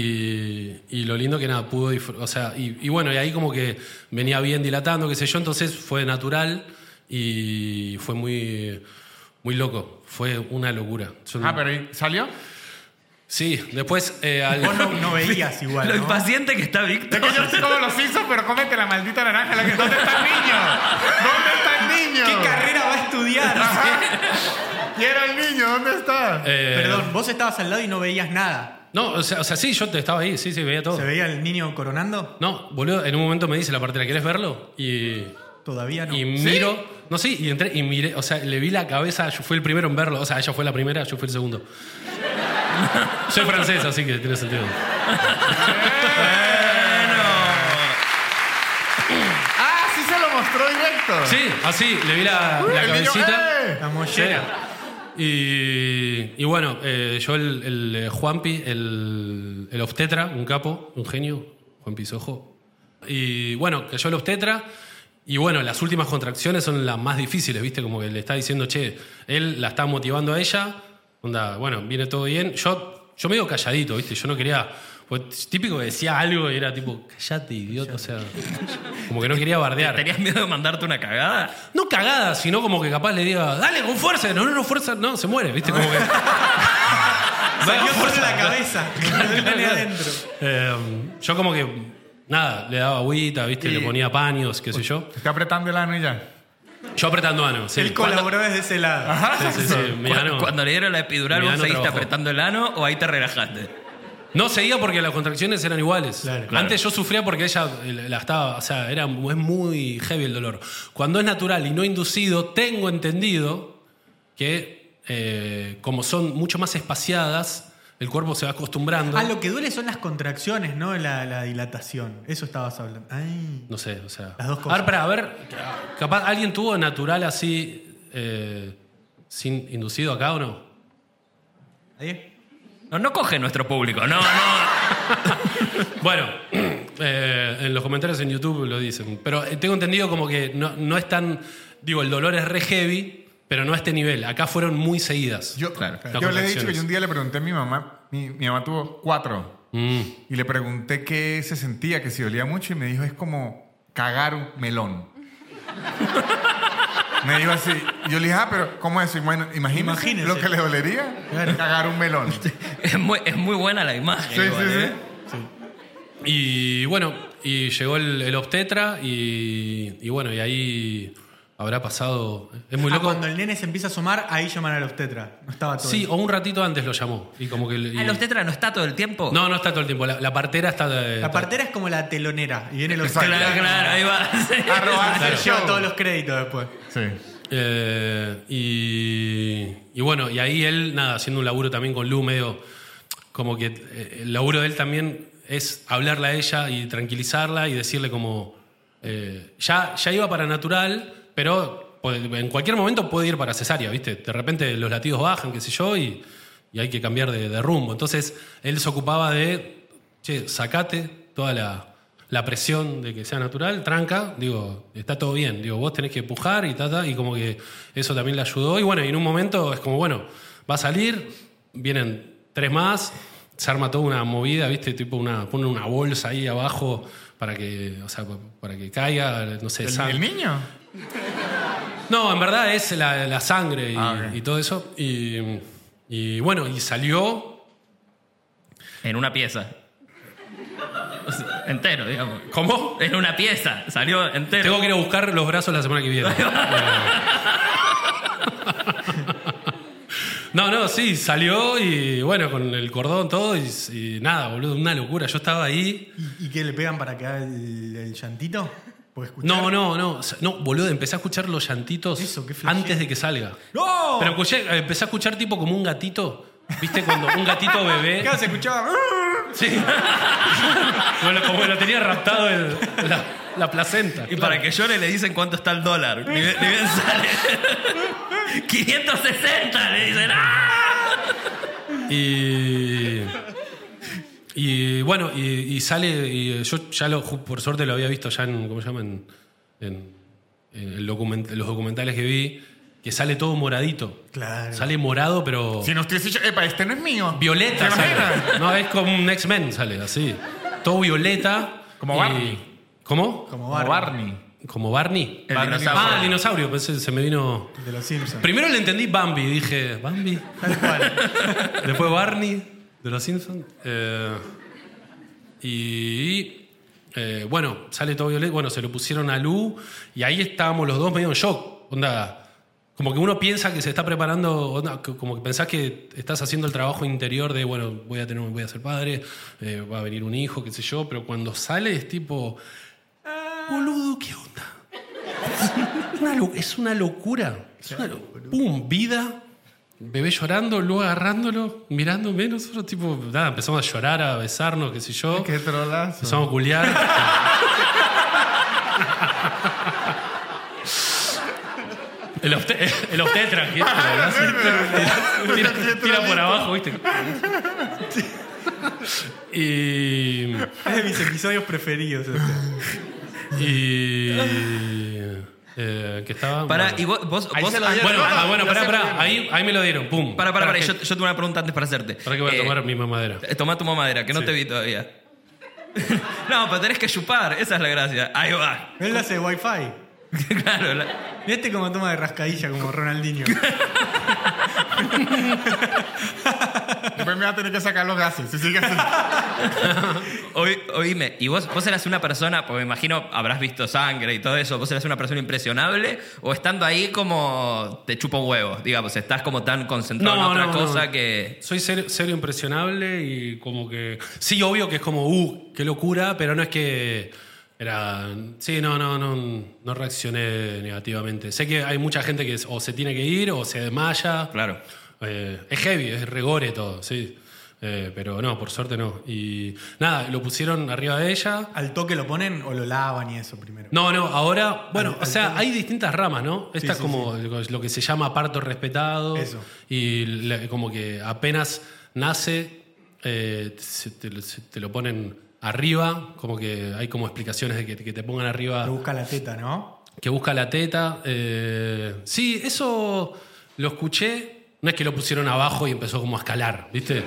[SPEAKER 2] Y, y lo lindo que nada, pudo disfrutar. O sea, y, y bueno, y ahí como que venía bien dilatando, qué sé yo, entonces fue natural y fue muy, muy loco. Fue una locura. Yo-
[SPEAKER 3] Ah, pero ¿y ¿salió?
[SPEAKER 2] Sí, después. eh, al-
[SPEAKER 1] Vos no, no veías igual.
[SPEAKER 4] Lo
[SPEAKER 1] ¿no?
[SPEAKER 4] impaciente que está
[SPEAKER 3] Es
[SPEAKER 4] Víctor.
[SPEAKER 3] que yo sé cómo los hizo, pero cómete la maldita naranja. La que, ¿Dónde está el niño? ¿Dónde está el niño?
[SPEAKER 1] ¿Qué carrera va a estudiar?
[SPEAKER 3] Quiero el niño, ¿dónde está?
[SPEAKER 2] eh,
[SPEAKER 1] Perdón, vos estabas al lado y no veías nada.
[SPEAKER 2] No, o sea, o sea, sí, yo te estaba ahí, sí, sí, veía todo.
[SPEAKER 1] ¿Se veía el niño coronando?
[SPEAKER 2] No, boludo, en un momento me dice la partera, ¿querés verlo? Y,
[SPEAKER 1] Todavía no.
[SPEAKER 2] y miro, no sí, y entré y miré, o sea, le vi la cabeza, yo fui el primero en verlo, o sea, ella fue la primera, yo fui el segundo. Soy francés, así que tiene sentido.
[SPEAKER 3] Ah, sí se lo mostró directo.
[SPEAKER 2] Sí, así, le vi la, la
[SPEAKER 3] El niño,
[SPEAKER 2] cabecita.
[SPEAKER 3] ¡eh!
[SPEAKER 1] La
[SPEAKER 2] Sí.
[SPEAKER 1] mollera.
[SPEAKER 2] Y, y bueno, eh, yo el, el, eh, Juanpi, el, el obstetra, un capo, un genio, Juanpi Sojo. Y bueno, cayó el obstetra. Y bueno, las últimas contracciones son las más difíciles, ¿viste? Como que le está diciendo, che, él la está motivando a ella. Onda, bueno, viene todo bien. Yo, yo medio calladito, ¿viste? Yo no quería. pues, típico que decía algo y era tipo, callate, idiota. O sea, como que no quería bardear.
[SPEAKER 4] ¿Tenías miedo de mandarte una cagada?
[SPEAKER 2] No cagada, sino como que capaz le diga, dale con fuerza, no, no, no, fuerza, no, se muere, ¿viste? Como que.
[SPEAKER 1] Salió por
[SPEAKER 2] fuerza.
[SPEAKER 1] la cabeza. El nene adentro.
[SPEAKER 2] Eh, yo como que, nada, le daba agüita, ¿viste?
[SPEAKER 3] Y-
[SPEAKER 2] Le ponía paños, qué sé yo.
[SPEAKER 3] Está apretando el ano y ya.
[SPEAKER 2] Yo apretando ano, sí.
[SPEAKER 1] Él colaboró desde ese lado.
[SPEAKER 2] Sí, sí, sí, mi
[SPEAKER 4] Cu-
[SPEAKER 2] ano.
[SPEAKER 4] Cuando le dieron la epidural,
[SPEAKER 2] Mi
[SPEAKER 4] ¿vos
[SPEAKER 2] ano
[SPEAKER 4] seguiste
[SPEAKER 2] trabajó.
[SPEAKER 4] apretando el ano o ahí te relajaste?
[SPEAKER 2] No seguía porque las contracciones eran iguales.
[SPEAKER 1] Claro,
[SPEAKER 2] Antes yo sufría porque ella eh, la estaba, o sea, era, es muy heavy el dolor. Cuando es natural y no inducido, tengo entendido que eh, como son mucho más espaciadas, el cuerpo se va acostumbrando.
[SPEAKER 1] Ah, lo que duele son las contracciones, no la, la dilatación. Eso estabas hablando. Ay.
[SPEAKER 2] No sé, o sea.
[SPEAKER 1] Las dos cosas.
[SPEAKER 2] A ver, pará, a ver, capaz alguien tuvo natural así, eh, sin inducido acá o no.
[SPEAKER 1] ¿Nadie?
[SPEAKER 4] No, no coge nuestro público, no, no.
[SPEAKER 2] Bueno, eh, en los comentarios en YouTube lo dicen. Pero eh, tengo entendido como que no, no es tan. Digo, el dolor es re heavy, pero no a este nivel. Acá fueron muy seguidas.
[SPEAKER 3] Yo,
[SPEAKER 4] Claro.
[SPEAKER 2] Las
[SPEAKER 3] yo le he dicho que
[SPEAKER 2] contracciones.
[SPEAKER 3] yo un día le pregunté a mi mamá, mi, mi mamá tuvo cuatro,
[SPEAKER 2] Mm.
[SPEAKER 3] y le pregunté qué se sentía, que si dolía mucho, y me dijo, es como cagar un melón. me dijo así, yo le dije, ah, pero ¿cómo es eso? Bueno, imagínese,
[SPEAKER 1] Imagínese.
[SPEAKER 3] lo que le dolería, cagar un melón. Sí,
[SPEAKER 4] Es muy, es muy buena la imagen.
[SPEAKER 3] sí,
[SPEAKER 4] igual,
[SPEAKER 3] sí.
[SPEAKER 4] ¿eh?
[SPEAKER 2] Y bueno, y llegó el, el obstetra y, y bueno, y ahí habrá pasado. Es muy
[SPEAKER 1] Ah,
[SPEAKER 2] loco.
[SPEAKER 1] cuando el nene se empieza a asomar, ahí llaman al obstetra. No estaba todo.
[SPEAKER 2] Sí,
[SPEAKER 1] bien.
[SPEAKER 2] o un ratito antes lo llamó. Y como que. y-
[SPEAKER 4] Ah, los tetras no está todo el tiempo.
[SPEAKER 2] No, no está todo el tiempo. La, la partera está. eh,
[SPEAKER 1] La
[SPEAKER 2] está-
[SPEAKER 1] partera es como la telonera. Y viene el
[SPEAKER 3] Exacto.
[SPEAKER 1] obstetra.
[SPEAKER 4] Claro, claro, ahí va. sí.
[SPEAKER 3] A robarse
[SPEAKER 1] Se
[SPEAKER 3] el
[SPEAKER 1] lleva
[SPEAKER 3] show.
[SPEAKER 1] todos los créditos después.
[SPEAKER 3] Sí.
[SPEAKER 2] Eh, y, y bueno, y ahí él, nada, haciendo un laburo también con Lu, medio como que eh, el laburo de él también es hablarle a ella y tranquilizarla y decirle como, eh, ya, ya iba para natural, pero po- en cualquier momento puede ir para cesárea, ¿viste? De repente los latidos bajan, qué sé yo, y, y hay que cambiar de, de rumbo. Entonces él se ocupaba de, che, sacate toda la, la presión de que sea natural, tranca, digo, está todo bien, digo, vos tenés que empujar y tal, y como que eso también le ayudó. Y bueno, y en un momento es como, bueno, va a salir, vienen tres más, se arma toda una movida, ¿viste? Tipo, una, pone una bolsa ahí abajo para que, o sea, pa- para que caiga, no sé,
[SPEAKER 3] ¿El,
[SPEAKER 2] sang-
[SPEAKER 3] el niño?
[SPEAKER 2] No, en verdad es la, la sangre y,
[SPEAKER 3] Ah, ok.
[SPEAKER 2] y todo eso. Y, y bueno, y salió
[SPEAKER 4] En una pieza. entero, digamos.
[SPEAKER 2] ¿Cómo?
[SPEAKER 4] En una pieza, salió entero.
[SPEAKER 2] Tengo que ir a buscar los brazos la semana que viene. No, no, sí, salió y bueno, con el cordón todo y, y nada, boludo, una locura. Yo estaba ahí.
[SPEAKER 1] ¿Y, y qué le pegan para que haga el, el llantito? ¿Puedes escuchar?
[SPEAKER 2] No, no, no, no, boludo, empecé a escuchar los llantitos
[SPEAKER 1] Eso, qué flasheo.
[SPEAKER 2] antes de que salga.
[SPEAKER 1] ¡No!
[SPEAKER 2] Pero escuché- empecé a escuchar tipo como un gatito, ¿viste? Cuando un gatito bebé.
[SPEAKER 1] Claro, se escuchaba.
[SPEAKER 2] Sí. Bueno, como que lo tenía raptado el- la, la placenta.
[SPEAKER 4] Y para que llore le dicen cuánto está el dólar. Ni bien, ni bien sale. 560, le dicen. ¡Ah!
[SPEAKER 2] Y. Y bueno, y, y sale. Y yo ya lo, ju- por suerte lo había visto ya en. ¿Cómo se llama? En, en- en el document- los documentales que vi. Que sale todo moradito.
[SPEAKER 1] Claro.
[SPEAKER 2] Sale morado, pero.
[SPEAKER 3] Si nos hubiese dicho, epa, este no es mío.
[SPEAKER 2] Violeta
[SPEAKER 3] ¿Te
[SPEAKER 2] sale.
[SPEAKER 3] imaginas?
[SPEAKER 2] No, es como un X-Men sale así. Todo violeta.
[SPEAKER 3] Como
[SPEAKER 2] y-
[SPEAKER 3] Barney.
[SPEAKER 2] ¿Cómo?
[SPEAKER 1] Como
[SPEAKER 3] Como
[SPEAKER 1] Barney,
[SPEAKER 3] Barney.
[SPEAKER 2] Como Barney.
[SPEAKER 4] El
[SPEAKER 3] Barney
[SPEAKER 4] dinosaurio.
[SPEAKER 2] Ah, el dinosaurio, pensé, se me vino.
[SPEAKER 1] de los Simpsons.
[SPEAKER 2] Primero le entendí Bambi, dije, Bambi.
[SPEAKER 1] Tal cual.
[SPEAKER 2] Después Barney, de los Simpsons. Eh, y eh, bueno, sale todo violento. Bueno, se lo pusieron a Lu y ahí estábamos los dos medio en shock. Onda, como que uno piensa que se está preparando, onda, c- como que pensás que estás haciendo el trabajo interior de, bueno, voy a tener, voy a ser padre, eh, va a venir un hijo, qué sé yo, pero cuando sale es tipo, boludo, ¿qué onda? Una lo- es una locura. Es una lo- ¡Pum! Vida. Bebé llorando, luego agarrándolo, mirándome, nosotros tipo, nada, empezamos a llorar, a besarnos, qué sé yo.
[SPEAKER 3] Qué trolazo.
[SPEAKER 2] Empezamos a culiar. El, obte- el obstetra, ¿qué? tira, tira por abajo, ¿viste? Y.
[SPEAKER 1] Es de mis episodios preferidos. este.
[SPEAKER 2] Y. eh, que estaba.
[SPEAKER 4] Para,
[SPEAKER 2] bueno.
[SPEAKER 4] y vos, vos,
[SPEAKER 3] Ahí
[SPEAKER 4] vos-
[SPEAKER 3] se lo dieron.
[SPEAKER 2] Bueno,
[SPEAKER 3] No, no,
[SPEAKER 2] ah, bueno,
[SPEAKER 3] ya
[SPEAKER 2] pará,
[SPEAKER 3] sé
[SPEAKER 2] pará.
[SPEAKER 3] cuál era.
[SPEAKER 2] Ahí, ahí me lo dieron, pum.
[SPEAKER 4] para, para, para,
[SPEAKER 2] que-
[SPEAKER 4] yo, yo tengo una pregunta antes para hacerte.
[SPEAKER 2] Pará que voy a
[SPEAKER 4] Eh,
[SPEAKER 2] tomar mi mamadera.
[SPEAKER 4] eh, Toma tu mamadera, que no
[SPEAKER 2] Sí.
[SPEAKER 4] te vi todavía. no, pero tenés que chupar, esa es la gracia. Ahí va.
[SPEAKER 1] Él hace wifi.
[SPEAKER 4] claro, la-
[SPEAKER 1] Mirá este como toma de rascadilla como Ronaldinho.
[SPEAKER 3] Después me va a tener que sacar los gases. Si sigues así.
[SPEAKER 4] oí- oíme, ¿y vos, vos eras una persona, pues me imagino habrás visto sangre y todo eso, vos eras una persona impresionable o estando ahí como te chupo huevos, digamos, estás como tan concentrado en otra cosa que...
[SPEAKER 2] Soy serio, serio impresionable y como que. Sí, obvio que es como, uh, qué locura, pero no es que. Era. Sí, no, no, no, no reaccioné negativamente. Sé que hay mucha gente que es- o se tiene que ir o se desmaya.
[SPEAKER 4] Claro.
[SPEAKER 2] Eh, es heavy, es regore todo, sí. Eh, pero no, por suerte no. Y nada, lo pusieron arriba de ella.
[SPEAKER 1] ¿Al toque lo ponen o lo lavan y eso primero?
[SPEAKER 2] No, no, ahora, bueno, o sea, hay distintas ramas, ¿no? Esta es
[SPEAKER 1] sí,
[SPEAKER 2] como lo que se llama parto respetado.
[SPEAKER 1] Eso.
[SPEAKER 2] Y le- como que apenas nace, eh, se- te, lo- se- te lo ponen arriba, como que hay como explicaciones de que, que te pongan arriba,
[SPEAKER 1] Lo busca la teta, ¿no?
[SPEAKER 2] que busca la teta. eh, sí, eso lo escuché. No es que lo pusieron abajo y empezó como a escalar, ¿viste?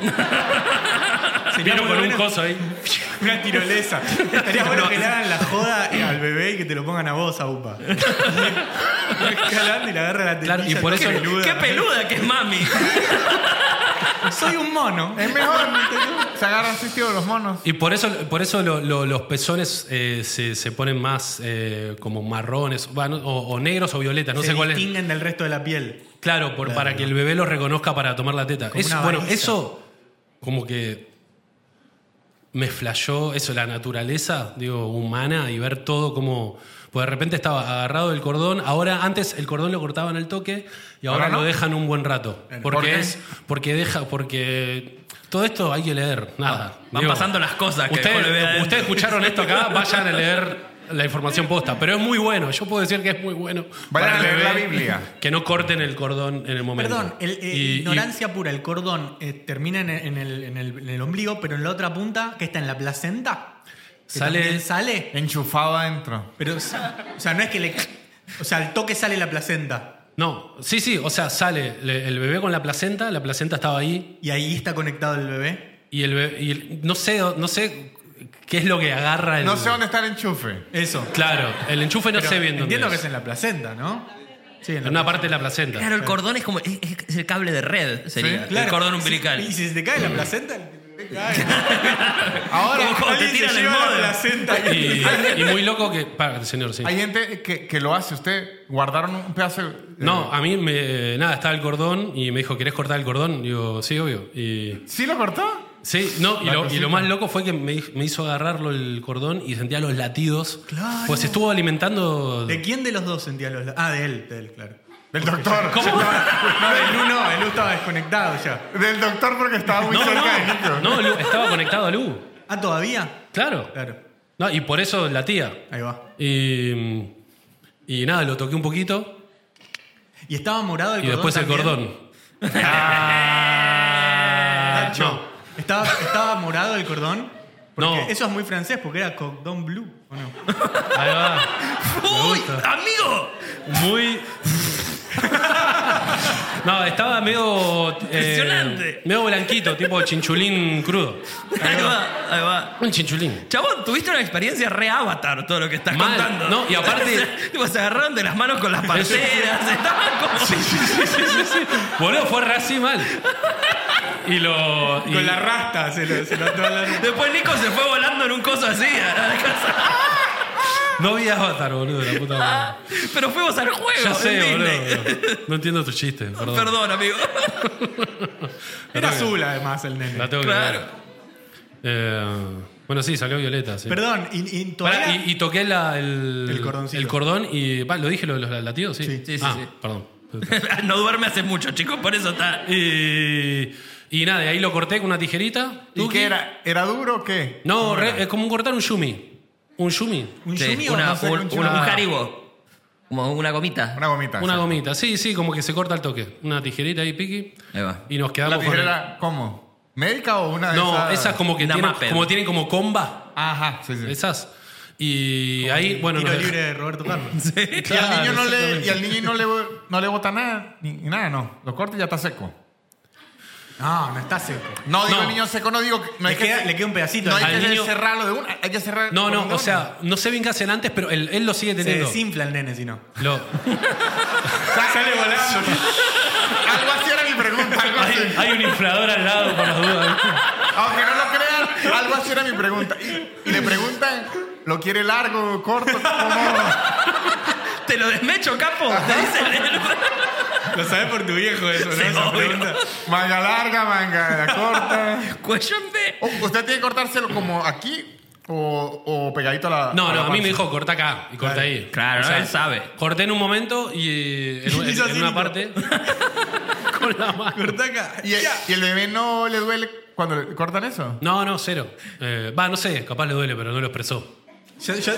[SPEAKER 1] Sería
[SPEAKER 2] Vieron
[SPEAKER 1] muy
[SPEAKER 2] con un
[SPEAKER 1] bueno-
[SPEAKER 2] coso ahí.
[SPEAKER 1] Una tirolesa. Estaría bueno que le hagan la joda eh, al bebé y que te lo pongan a vos, Aupa. Escalando y le agarra la tetilla.
[SPEAKER 2] Claro, y por
[SPEAKER 1] toque
[SPEAKER 2] eso-
[SPEAKER 1] de luda.
[SPEAKER 4] ¡Qué peluda que es mami!
[SPEAKER 1] Soy un mono.
[SPEAKER 3] Es mejor. Se agarran sitio los monos.
[SPEAKER 2] Y por eso, por eso lo- lo- los pezones eh, se, se ponen más eh, como marrones, va, no, o, o negros o violetas, no
[SPEAKER 1] se
[SPEAKER 2] sé cuál es.
[SPEAKER 1] distinguen del resto de la piel.
[SPEAKER 2] Claro, por, para que el bebé los reconozca para tomar la teta.
[SPEAKER 1] Como
[SPEAKER 2] Eso-
[SPEAKER 1] una
[SPEAKER 2] bueno,
[SPEAKER 1] baliza.
[SPEAKER 2] eso como que me flashó eso, la naturaleza, digo, humana y ver todo como... Pues de repente estaba agarrado del cordón, ahora antes el cordón lo cortaban al toque y ahora,
[SPEAKER 3] Ahora no.
[SPEAKER 2] lo dejan un buen rato.
[SPEAKER 1] Claro.
[SPEAKER 2] Porque
[SPEAKER 3] ¿Por qué?
[SPEAKER 2] es... Porque deja... Porque... Todo esto hay que leer, nada.
[SPEAKER 4] Van
[SPEAKER 2] Digo,
[SPEAKER 4] pasando las cosas que
[SPEAKER 2] Ustedes,
[SPEAKER 4] dejó el bebé adentro.
[SPEAKER 2] ustedes escucharon esto acá, vayan a leer la información posta. Pero es muy bueno, yo puedo decir que es muy bueno.
[SPEAKER 3] Vayan
[SPEAKER 2] para
[SPEAKER 3] a
[SPEAKER 2] el
[SPEAKER 3] leer la
[SPEAKER 2] bebé,
[SPEAKER 3] Biblia.
[SPEAKER 2] Que no corten el cordón en el momento.
[SPEAKER 1] Perdón, el, eh,
[SPEAKER 2] Y- y-
[SPEAKER 1] ignorancia pura. El cordón eh, termina en el, en el- en el- en el ombligo, pero en la otra punta, que está en la placenta, que
[SPEAKER 2] Sale-
[SPEAKER 1] también sale.
[SPEAKER 3] Enchufado adentro.
[SPEAKER 1] Pero, o sea, no es que le. O sea, al toque sale la placenta.
[SPEAKER 2] no, sí, sí, o sea, sale le- el bebé con la placenta, la placenta estaba ahí
[SPEAKER 1] Y ahí está conectado el bebé.
[SPEAKER 2] y el bebé. y el- no, sé, no sé qué es lo que agarra el.
[SPEAKER 3] No sé dónde está el enchufe.
[SPEAKER 1] Eso.
[SPEAKER 2] Claro, el enchufe no
[SPEAKER 1] Pero
[SPEAKER 2] sé bien dónde.
[SPEAKER 1] Entiendo que es
[SPEAKER 2] es.
[SPEAKER 1] en la placenta, ¿no? Sí,
[SPEAKER 2] En una parte de la placenta.
[SPEAKER 4] Claro, el cordón es como. Es, es el cable de red, sería.
[SPEAKER 3] Sí,
[SPEAKER 4] El cordón umbilical.
[SPEAKER 1] Y si se te cae la placenta, el-
[SPEAKER 3] Ahora,
[SPEAKER 4] Como cuando te
[SPEAKER 1] Alguien
[SPEAKER 4] tiran el
[SPEAKER 1] lleva la
[SPEAKER 4] modem.
[SPEAKER 1] placenta y-
[SPEAKER 2] Y, y muy loco que. Para, señor, sí.
[SPEAKER 3] hay gente que, que lo hace. Usted guardaron un pedazo. de-
[SPEAKER 2] No, a mí me. Nada, estaba el cordón y me dijo, ¿querés cortar el cordón? Digo, sí, obvio. Y.
[SPEAKER 3] ¿Sí lo cortó?
[SPEAKER 2] Sí, no, y
[SPEAKER 3] La
[SPEAKER 2] lo, y
[SPEAKER 3] cosita.
[SPEAKER 2] lo más loco fue que me, hi- me hizo agarrarlo el cordón y sentía los latidos.
[SPEAKER 1] Claro.
[SPEAKER 2] Pues estuvo alimentando.
[SPEAKER 1] ¿De quién de los dos sentía los la- Ah, de él, de él, claro.
[SPEAKER 3] Del doctor.
[SPEAKER 1] No, del uno, el uno estaba desconectado ya.
[SPEAKER 3] Del doctor porque estaba muy
[SPEAKER 2] No,
[SPEAKER 3] cerca de
[SPEAKER 2] no,
[SPEAKER 3] Nico.
[SPEAKER 2] no, Lu- estaba conectado a Lu.
[SPEAKER 1] Ah, ¿todavía?
[SPEAKER 2] Claro.
[SPEAKER 1] Claro,
[SPEAKER 2] No, y por eso latía.
[SPEAKER 1] ahí va.
[SPEAKER 2] Y. Y nada, lo toqué un poquito
[SPEAKER 1] Y estaba morado el
[SPEAKER 2] y
[SPEAKER 1] cordón.
[SPEAKER 2] después el
[SPEAKER 1] también?
[SPEAKER 2] cordón. Ah,
[SPEAKER 1] Nacho,
[SPEAKER 2] no.
[SPEAKER 1] ¿estaba, estaba morado el cordón? Porque
[SPEAKER 2] No.
[SPEAKER 1] Eso es muy francés, porque era cordón blue, ¿o no?
[SPEAKER 2] Ahí va.
[SPEAKER 4] ¡Uy, amigo!
[SPEAKER 2] Muy. No, estaba medio. eh,
[SPEAKER 4] Impresionante.
[SPEAKER 2] medio blanquito, tipo chinchulín crudo.
[SPEAKER 4] Ahí va, ahí va.
[SPEAKER 2] Un chinchulín.
[SPEAKER 4] Chabón, tuviste una experiencia re avatar todo lo que estás
[SPEAKER 2] Mal,
[SPEAKER 4] contando.
[SPEAKER 2] ¿no? Y aparte-
[SPEAKER 4] O sea, tipo, se agarraron de las manos con las parceras. estaban como.
[SPEAKER 2] Boludo, fue re así mal. Y lo. y-
[SPEAKER 1] Con la rasta se lo, se lo ató a la-
[SPEAKER 4] Después Nico se fue volando en un coso así a la casa.
[SPEAKER 2] No vi Avatar, boludo, la puta
[SPEAKER 4] Ah,
[SPEAKER 2] madre.
[SPEAKER 4] Pero fuimos al juego.
[SPEAKER 2] Ya
[SPEAKER 4] en
[SPEAKER 2] sé,
[SPEAKER 4] Disney.
[SPEAKER 2] boludo. No entiendo tu chiste, perdón.
[SPEAKER 4] Perdón, amigo.
[SPEAKER 1] Era azul además el nene.
[SPEAKER 2] La tengo que
[SPEAKER 4] Claro.
[SPEAKER 2] ver. Eh, bueno, sí, salió Violeta. Sí.
[SPEAKER 1] Perdón, y, y
[SPEAKER 2] Pará,
[SPEAKER 1] todavía...
[SPEAKER 2] y, y toqué la- el,
[SPEAKER 1] El cordoncito.
[SPEAKER 2] el cordón y. pa, ¿Lo dije lo de los latidos? Sí,
[SPEAKER 1] Sí,
[SPEAKER 4] sí, sí,
[SPEAKER 2] Ah,
[SPEAKER 4] sí.
[SPEAKER 2] Perdón.
[SPEAKER 4] no duerme hace mucho, chicos, por eso está.
[SPEAKER 2] Y, y nada, de ahí lo corté con una tijerita.
[SPEAKER 3] ¿Y
[SPEAKER 2] tuqui.
[SPEAKER 3] qué era? ¿Era duro o qué?
[SPEAKER 2] No, re- es como un cortar un yumi. Un yumi.
[SPEAKER 1] ¿Un
[SPEAKER 4] Sí,
[SPEAKER 1] yumi o
[SPEAKER 4] una-
[SPEAKER 1] no sé,
[SPEAKER 4] un,
[SPEAKER 1] un
[SPEAKER 4] un-
[SPEAKER 1] yumi?
[SPEAKER 4] un jaribo. Como una gomita.
[SPEAKER 3] Una gomita.
[SPEAKER 2] Una
[SPEAKER 3] sí.
[SPEAKER 2] gomita. Sí, sí, como que se corta al toque. Una tijerita ahí, piqui.
[SPEAKER 4] Ahí va.
[SPEAKER 2] Y nos
[SPEAKER 3] ¿La
[SPEAKER 2] quedamos con
[SPEAKER 3] tijera
[SPEAKER 2] el-
[SPEAKER 3] era cómo? ¿Médica o una de
[SPEAKER 2] No,
[SPEAKER 3] esas?
[SPEAKER 2] esas como que
[SPEAKER 4] Una
[SPEAKER 2] tienen
[SPEAKER 4] Mappel.
[SPEAKER 2] como, tienen como comba.
[SPEAKER 3] Ajá, sí, sí.
[SPEAKER 2] Esas. Y ahí, bueno,
[SPEAKER 1] Tiro
[SPEAKER 2] nos dej-
[SPEAKER 1] libre de Roberto Carlos.
[SPEAKER 3] Y al
[SPEAKER 2] Claro,
[SPEAKER 3] niño, no le,
[SPEAKER 2] exactamente.
[SPEAKER 3] y al niño no, le, no le bota nada, ni, ni nada, no. Lo corta y ya está seco.
[SPEAKER 1] No, no está seco.
[SPEAKER 3] No, digo
[SPEAKER 2] No.
[SPEAKER 3] niño seco, no digo... que- No hay
[SPEAKER 1] Le
[SPEAKER 3] que,
[SPEAKER 1] queda, le queda un pedacito.
[SPEAKER 3] no hay
[SPEAKER 1] al-
[SPEAKER 2] al
[SPEAKER 3] que
[SPEAKER 2] niño-
[SPEAKER 3] cerrarlo de una, hay que cerrar...
[SPEAKER 2] No,
[SPEAKER 3] por
[SPEAKER 2] no,
[SPEAKER 3] una.
[SPEAKER 2] o sea, no sé bien qué hacen antes, pero él, él lo sigue
[SPEAKER 1] se
[SPEAKER 2] teniendo.
[SPEAKER 1] desinfla el nene si no.
[SPEAKER 2] Lo-
[SPEAKER 1] Sale volando.
[SPEAKER 3] Algo así era mi pregunta, algo así.
[SPEAKER 2] hay, hay un inflador al lado, por las dudas.
[SPEAKER 3] Aunque no lo crean, algo así era mi pregunta. Y, y le preguntan, ¿lo quiere largo, corto? ¿Cómo?
[SPEAKER 4] Te lo desmecho, capo. Te dicen
[SPEAKER 1] Lo sabes por tu viejo eso, ¿no?
[SPEAKER 4] Sí,
[SPEAKER 1] Esa
[SPEAKER 4] obvio.
[SPEAKER 1] pregunta.
[SPEAKER 3] Manga larga, manga corta.
[SPEAKER 4] el cuestión de.
[SPEAKER 3] O- ¿Usted tiene que cortárselo como aquí o, o pegadito a la...
[SPEAKER 2] No,
[SPEAKER 3] a
[SPEAKER 2] no,
[SPEAKER 3] la
[SPEAKER 2] a mí me
[SPEAKER 3] panza?
[SPEAKER 2] dijo corta acá y corta ahí.
[SPEAKER 4] Claro, él sabe.
[SPEAKER 2] Corté en un momento y eh, en, en-
[SPEAKER 1] Hizo así,
[SPEAKER 2] en una
[SPEAKER 1] Nico.
[SPEAKER 2] parte con la mano.
[SPEAKER 1] Cortá acá.
[SPEAKER 3] ¿Y, el- y el bebé no le duele cuando le cortan eso?
[SPEAKER 2] No, no, cero. Eh, Va, no sé, capaz le duele, pero no lo expresó.
[SPEAKER 1] Ya, ya-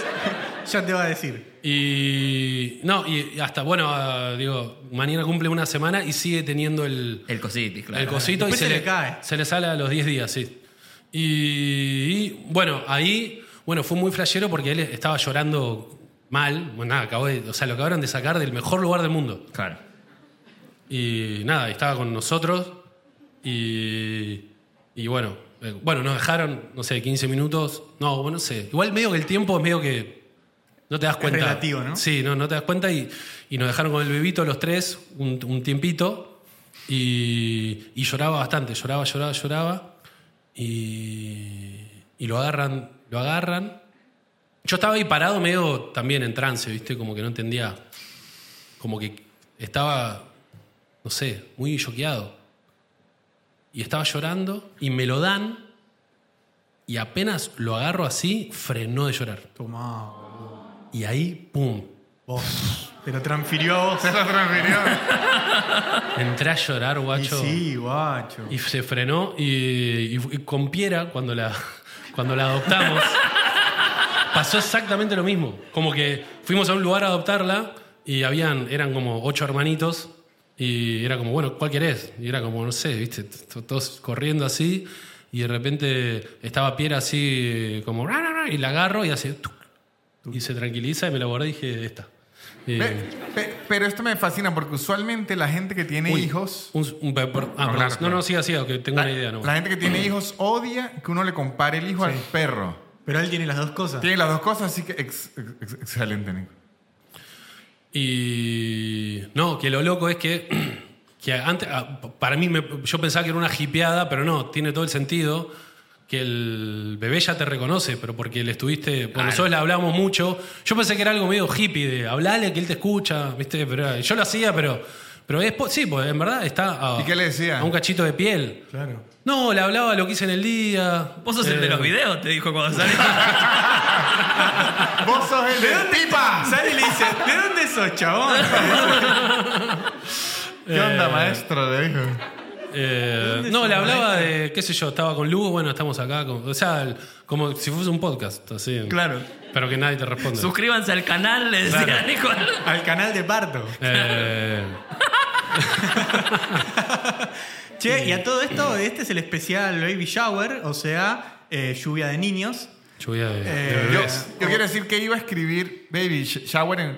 [SPEAKER 1] ya te va a decir.
[SPEAKER 2] Y no, y hasta, bueno, ah, digo, mañana cumple una semana y sigue teniendo el,
[SPEAKER 4] El cositis, claro.
[SPEAKER 2] el cosito y
[SPEAKER 1] Después
[SPEAKER 2] se,
[SPEAKER 1] se
[SPEAKER 2] le,
[SPEAKER 1] le cae.
[SPEAKER 2] se le sale a los 10 días, sí. Y, y, bueno, ahí, bueno, fue muy flashero porque él estaba llorando mal. Bueno, nada, acabó de- o sea, lo acabaron de sacar del mejor lugar del mundo.
[SPEAKER 4] Claro.
[SPEAKER 2] Y nada, estaba con nosotros y, y bueno, eh, bueno, nos dejaron, no sé, 15 minutos. No, bueno, no sé. Igual medio que el tiempo es medio que no te das cuenta.
[SPEAKER 1] relativo, ¿no?
[SPEAKER 2] Sí, no, no te das cuenta y, y nos dejaron con el bebito los tres un, un tiempito y, y lloraba bastante, lloraba, lloraba, lloraba y, y lo agarran, lo agarran. Yo estaba ahí parado medio también en trance, ¿viste? Como que no entendía. Como que estaba no sé, muy choqueado. Y estaba llorando y me lo dan y apenas lo agarro así, frenó de llorar.
[SPEAKER 1] Tomá.
[SPEAKER 2] Y ahí, ¡pum!
[SPEAKER 1] Vos. Te lo transfirió a vos.
[SPEAKER 3] Se lo transfirió.
[SPEAKER 2] Entré a llorar,
[SPEAKER 1] Y
[SPEAKER 2] guacho.
[SPEAKER 1] sí, guacho.
[SPEAKER 2] Y se frenó y, y- y con Piera, cuando la, cuando la adoptamos, pasó exactamente lo mismo. Como que fuimos a un lugar a adoptarla y habían, eran como ocho hermanitos y era como, bueno, ¿cuál querés? Y era como, no sé, viste, t- t- todos corriendo así y de repente estaba Piera así como, "Ra, ra, ra", y la agarro y hace, tuc, y se tranquiliza y me la guardé y dije, esta. Y-
[SPEAKER 3] Pe- pe- pero esto me fascina porque usualmente la gente que tiene
[SPEAKER 2] Uy,
[SPEAKER 3] hijos...
[SPEAKER 2] Eh, un- un- per- per- ah,
[SPEAKER 3] No,
[SPEAKER 2] perdón.
[SPEAKER 3] claro,
[SPEAKER 2] no,
[SPEAKER 3] claro.
[SPEAKER 2] no, siga, siga, que tengo
[SPEAKER 3] La,
[SPEAKER 2] una idea. No.
[SPEAKER 3] la gente que tiene hijos odia que uno le compare el hijo al perro.
[SPEAKER 1] Pero él tiene las dos cosas.
[SPEAKER 3] Tiene las dos cosas, así que ex- ex- ex- excelente, Nico.
[SPEAKER 2] Y no, que lo loco es que, que antes, ah, para mí, me- yo pensaba que era una hipeada, pero no, tiene todo el sentido. que el bebé ya te reconoce, pero porque le estuviste. Porque
[SPEAKER 4] Ah,
[SPEAKER 2] nosotros le hablábamos mucho. Yo pensé que era algo medio hippie, de hablarle que él te escucha, ¿viste? Pero era- yo lo hacía, pero. Pero es. po- Sí, pues en verdad está. A,
[SPEAKER 3] ¿Y qué le decía?
[SPEAKER 2] A un cachito de piel.
[SPEAKER 1] Claro.
[SPEAKER 2] No, le hablaba lo que hice en el día.
[SPEAKER 4] Vos sos el de
[SPEAKER 2] Eh,
[SPEAKER 4] los videos, te dijo cuando salió.
[SPEAKER 3] ¡Vos sos el de pipa!
[SPEAKER 1] Sale y le dice, ¿de dónde sos, chabón?
[SPEAKER 3] ¿Qué onda, maestro? Le dijo.
[SPEAKER 2] Eh, no, le hablaba de, qué sé yo, estaba con Lu, bueno, estamos acá. con- o sea, el- como si fuese un podcast, así.
[SPEAKER 1] Claro.
[SPEAKER 2] Pero que nadie te responde.
[SPEAKER 4] Suscríbanse al canal, le decía
[SPEAKER 2] Claro.
[SPEAKER 4] Nicolás.
[SPEAKER 1] Al canal de parto.
[SPEAKER 2] Eh,
[SPEAKER 1] Che, y a todo esto, este es el especial Baby Shower, o sea, eh, lluvia de niños.
[SPEAKER 2] lluvia de, de
[SPEAKER 1] Eh,
[SPEAKER 3] Yo,
[SPEAKER 2] bebés.
[SPEAKER 3] yo quiero decir que iba a escribir Baby sh- Shower en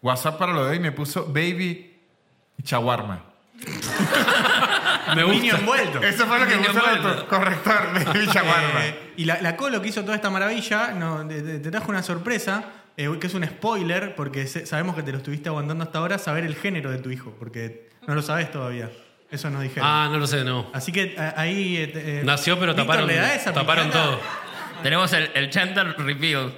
[SPEAKER 3] WhatsApp para lo de hoy y me puso Baby Shawarma.
[SPEAKER 2] Me gusta.
[SPEAKER 1] Niño envuelto.
[SPEAKER 3] Eso fue lo que
[SPEAKER 4] Niño
[SPEAKER 3] puso el
[SPEAKER 4] envuelto.
[SPEAKER 3] auto- corrector, Baby Shawarma.
[SPEAKER 1] Eh, y la, la Colo que hizo toda esta maravilla, no, te, te- te trajo una sorpresa, eh, que es un spoiler, porque se- sabemos que te lo estuviste aguantando hasta ahora, saber el género de tu hijo, porque no lo sabes todavía. Eso nos dijeron.
[SPEAKER 2] Ah, no lo sé, no.
[SPEAKER 1] Así que a- ahí... eh, te- eh,
[SPEAKER 2] Nació, pero
[SPEAKER 1] Víctor
[SPEAKER 2] taparon,
[SPEAKER 1] le da esa
[SPEAKER 2] taparon
[SPEAKER 1] picada.
[SPEAKER 2] todo.
[SPEAKER 4] Tenemos el, el Chandler Reveal.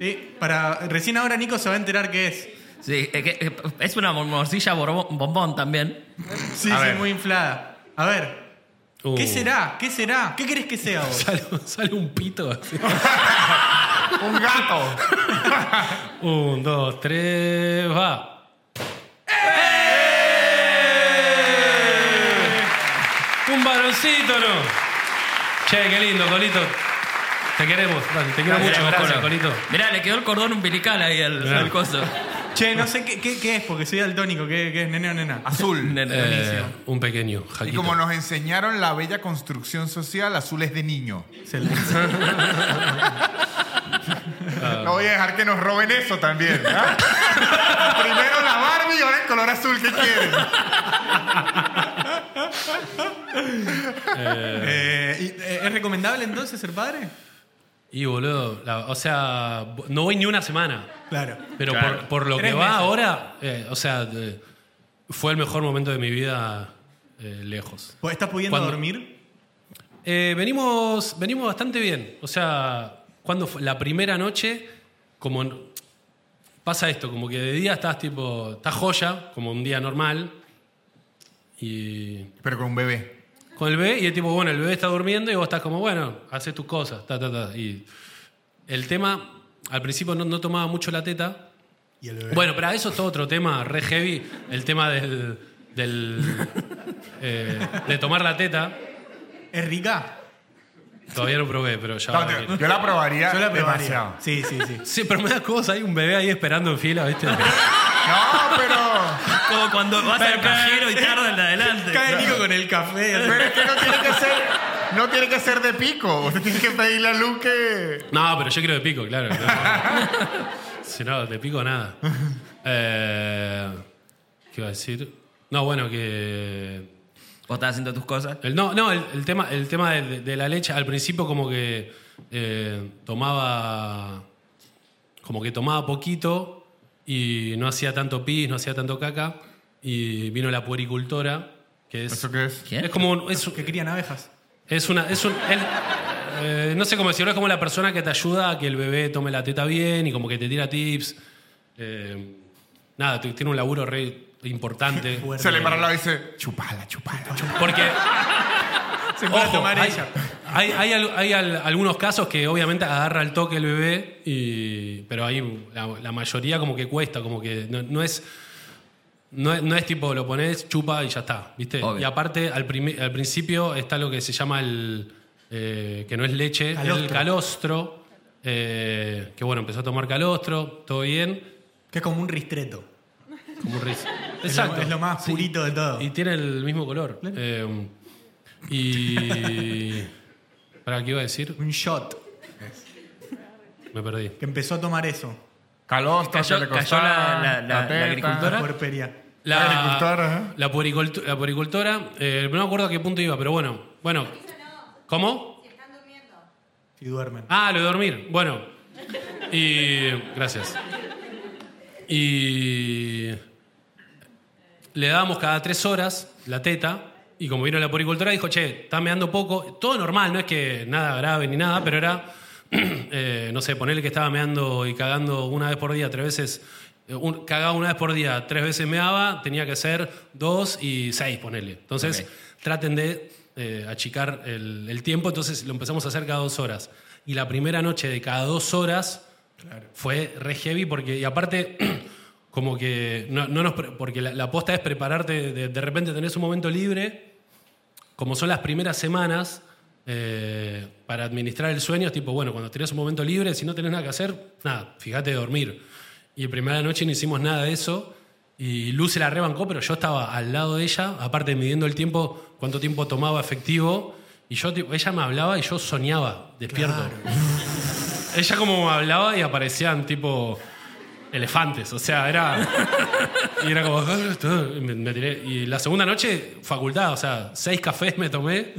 [SPEAKER 1] Sí, para, recién ahora Nico se va a enterar qué es.
[SPEAKER 4] Sí, eh, que- eh, es una morcilla borbón- bombón también.
[SPEAKER 1] Sí,
[SPEAKER 3] A
[SPEAKER 1] sí,
[SPEAKER 3] ver.
[SPEAKER 1] muy inflada. A ver,
[SPEAKER 2] Uh.
[SPEAKER 1] ¿qué será? ¿Qué será? ¿Qué querés que sea vos?
[SPEAKER 2] Sale, sale un pito así.
[SPEAKER 3] Un gato.
[SPEAKER 2] Un, dos, tres, va.
[SPEAKER 1] ¡Eh!
[SPEAKER 2] Un varoncito, ¿no? Che, qué lindo, Colito. Te queremos, dale, te quiero mucho, Cola, Colito.
[SPEAKER 4] Mirá, le quedó el cordón umbilical ahí al,
[SPEAKER 2] Mirá.
[SPEAKER 4] al coso.
[SPEAKER 1] Che, no sé qué, qué- qué es, porque soy daltónico, ¿qué, qué es, nene o nena?
[SPEAKER 2] Ah,
[SPEAKER 3] Azul.
[SPEAKER 4] Nene,
[SPEAKER 2] Eh,
[SPEAKER 4] buenísimo.
[SPEAKER 2] un pequeño, Jaquito.
[SPEAKER 3] Y como nos enseñaron la bella construcción social, azul es de niño.
[SPEAKER 1] Excelente. Ah.
[SPEAKER 3] No voy a dejar que nos roben eso también. ¿ah? Primero la Barbie y ahora el color azul que quieren.
[SPEAKER 1] Eh, y, eh, ¿Es recomendable entonces ser padre?
[SPEAKER 2] Y boludo, la- o sea, no voy ni una semana.
[SPEAKER 1] Claro.
[SPEAKER 2] Pero
[SPEAKER 4] Claro.
[SPEAKER 2] por, por lo
[SPEAKER 1] Tres
[SPEAKER 2] que va
[SPEAKER 1] meses.
[SPEAKER 2] ahora, eh, o sea, de- fue el mejor momento de mi vida eh, lejos.
[SPEAKER 1] Pues, ¿Estás pudiendo
[SPEAKER 2] ¿Cuándo?
[SPEAKER 1] dormir?
[SPEAKER 2] Eh, venimos, venimos bastante bien. O sea, cuando fue la primera noche, como n- pasa esto, como que de día estás tipo, estás joya, como un día normal. Y
[SPEAKER 3] Pero con un bebé.
[SPEAKER 2] con el bebé y es tipo, bueno, el bebé está durmiendo y vos estás como, bueno, haces tus cosas, ta, ta, ta. Y el tema, al principio no, no tomaba mucho la teta.
[SPEAKER 1] Y el
[SPEAKER 2] Bueno, pero eso es todo otro tema, re heavy, el tema del... del, eh, de tomar la teta.
[SPEAKER 1] ¿Es rica?
[SPEAKER 2] Todavía no probé, pero ya... va a
[SPEAKER 3] No,
[SPEAKER 2] venir.
[SPEAKER 3] tío, yo la probaría
[SPEAKER 1] Yo la probaría.
[SPEAKER 3] demasiado.
[SPEAKER 1] Sí, sí, sí.
[SPEAKER 2] Sí, pero me da cosa, hay un bebé ahí esperando en fila, ¿viste?
[SPEAKER 3] No, pero.
[SPEAKER 4] Como cuando vas al cajero y tarda el de adelante.
[SPEAKER 1] Cae Nico con el café.
[SPEAKER 3] Pero es que no tiene que ser. No tiene que ser de pico. Usted tiene que pedirle a Lu que.
[SPEAKER 2] No, pero yo quiero de pico, claro. no. si no, de pico nada. Eh, ¿Qué iba a decir? No, bueno, que...
[SPEAKER 4] Vos estás haciendo tus cosas.
[SPEAKER 2] El- no, no, el, el tema, el tema de, de la leche, al principio como que eh, tomaba. Como que tomaba poquito y no hacía tanto pis, no hacía tanto caca. Y vino la puericultora, que es.
[SPEAKER 3] ¿Eso qué es?
[SPEAKER 4] ¿Quién?
[SPEAKER 2] Es como. un- Es,
[SPEAKER 1] Que crían abejas.
[SPEAKER 2] es una. Es un, él- eh, no sé cómo decirlo, es como la persona que te ayuda a que el bebé tome la teta bien y como que te tira tips. Eh, nada, t- tiene un laburo re importante.
[SPEAKER 1] Fuerte.
[SPEAKER 3] Se le para al lado y dice: chupala,
[SPEAKER 1] Ah,
[SPEAKER 3] chupala, chupala.
[SPEAKER 2] Porque.
[SPEAKER 1] Se puede tomar
[SPEAKER 2] hay,
[SPEAKER 1] ella.
[SPEAKER 2] hay- hay al- hay al- algunos casos que obviamente agarra el toque el bebé, y, pero ahí la, la mayoría como que cuesta, como que no, no es... No es, no es tipo, lo pones, chupa y ya está, ¿viste?
[SPEAKER 4] Obvio.
[SPEAKER 2] Y aparte, al, primi- al principio está lo que se llama el... eh, que no es leche, el
[SPEAKER 1] Calostro.
[SPEAKER 2] calostro. eh, que bueno, empezó a tomar calostro, todo bien.
[SPEAKER 1] Que es como un ristreto.
[SPEAKER 2] Como un rizo.
[SPEAKER 1] Es lo- es lo más purito de todo.
[SPEAKER 2] Y tiene el mismo color. Eh, y. ¿Para qué iba a decir?
[SPEAKER 1] Un shot.
[SPEAKER 2] Me perdí.
[SPEAKER 1] Que empezó a tomar eso.
[SPEAKER 3] Calostro,
[SPEAKER 4] Cayó-
[SPEAKER 3] se le
[SPEAKER 4] cayó
[SPEAKER 3] costaba,
[SPEAKER 4] la- la- la- la
[SPEAKER 3] teta.
[SPEAKER 4] agricultora. ¿Ahora?
[SPEAKER 1] Puerperia.
[SPEAKER 3] Agricultora, ¿eh?
[SPEAKER 2] La puericultu- la puericultora. eh, no me acuerdo a qué punto iba, pero bueno. Bueno. ¿Cómo?
[SPEAKER 1] Si duermen.
[SPEAKER 2] Ah, lo de dormir. Bueno. Y. Gracias. Y. Le dábamos cada tres horas la teta. y como vino la puricultura dijo, che, está meando poco. Todo normal, no es que nada grave ni nada, pero era, eh, no sé, ponerle que estaba meando y cagando una vez por día, tres veces. eh, un- cagaba una vez por día, tres veces meaba, tenía que ser dos y seis, ponerle. Entonces, traten de eh, achicar el, el tiempo, entonces lo empezamos a hacer cada dos horas. Y la primera noche de cada dos horas fue re heavy porque, y aparte, como que, no, no nos, pre- porque la, la posta es prepararte, de, de repente tenés un momento libre, como son las primeras semanas, eh, para administrar el sueño, es tipo, bueno, cuando tenés un momento libre, si no tenés nada que hacer, nada, fíjate de dormir. Y la primera noche no hicimos nada de eso. Y Luz se la rebancó, pero yo estaba al lado de ella, aparte midiendo el tiempo, cuánto tiempo tomaba efectivo. Y yo, tipo, ella me hablaba y yo soñaba, despierto. Ella como hablaba y aparecían tipo elefantes, o sea, era... Y era como... "Ah, y me- me tiré. Y la segunda noche, facultad, o sea, seis cafés me tomé.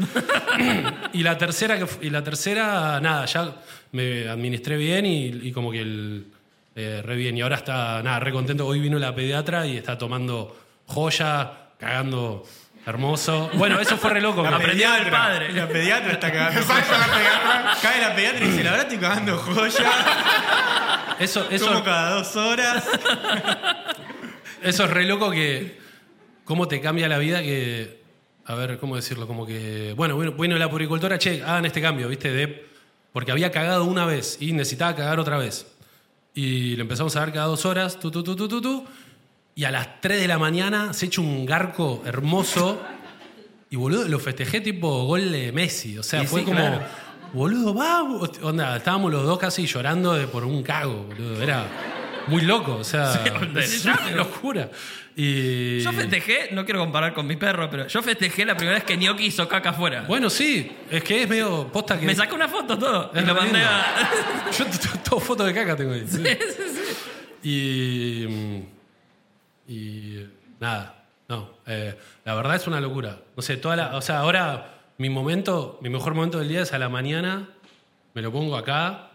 [SPEAKER 2] Y la tercera, que fu- y la tercera nada, ya me administré bien y, y como que el... eh, re bien. Y ahora está, nada, re contento. Hoy vino la pediatra y está tomando joya, cagando hermoso. Bueno, eso fue re loco.
[SPEAKER 1] La
[SPEAKER 2] Aprendí
[SPEAKER 1] pediatra,
[SPEAKER 4] del padre.
[SPEAKER 1] La pediatra está cagando.
[SPEAKER 3] Exacto, la pediatra.
[SPEAKER 1] Cae la pediatra y dice, la verdad estoy cagando joya.
[SPEAKER 2] Eso, eso,
[SPEAKER 1] Como cada dos horas.
[SPEAKER 2] Eso es re loco que. ¿Cómo te cambia la vida? Que. A ver, ¿cómo decirlo? Como que. Bueno, bueno, bueno la puricultora, che, hagan este cambio, ¿viste? De, porque había cagado una vez y necesitaba cagar otra vez. Y lo empezamos a ver cada dos horas, tu, tu, tu, tu, tu, tu. Y a las 3 de la mañana se echa un garco hermoso. Y boludo, lo festejé tipo gol de Messi. O sea,
[SPEAKER 4] Y
[SPEAKER 2] fue
[SPEAKER 4] sí,
[SPEAKER 2] como.
[SPEAKER 4] claro.
[SPEAKER 2] Boludo, vamos. Onda, estábamos los dos casi llorando de- por un cago, boludo. Era muy loco, o sea.
[SPEAKER 4] onda,
[SPEAKER 2] es
[SPEAKER 4] ya.
[SPEAKER 2] una locura. Y.
[SPEAKER 4] Yo festejé, no quiero comparar con mi perro, pero yo festejé la primera vez que Gnocchi hizo caca afuera.
[SPEAKER 2] Bueno, sí, es que es medio posta que.
[SPEAKER 4] Me sacó una foto todo y
[SPEAKER 2] Es
[SPEAKER 4] lo
[SPEAKER 2] re
[SPEAKER 4] mandé
[SPEAKER 2] lindo.
[SPEAKER 4] a...
[SPEAKER 2] Yo t- t- todo foto de caca tengo ahí. sí. Y. mm, Y. Nada. No. eh, la verdad es una locura. No sé, toda la. O sea, ahora mi momento, mi mejor momento del día es a la mañana. Me lo pongo acá.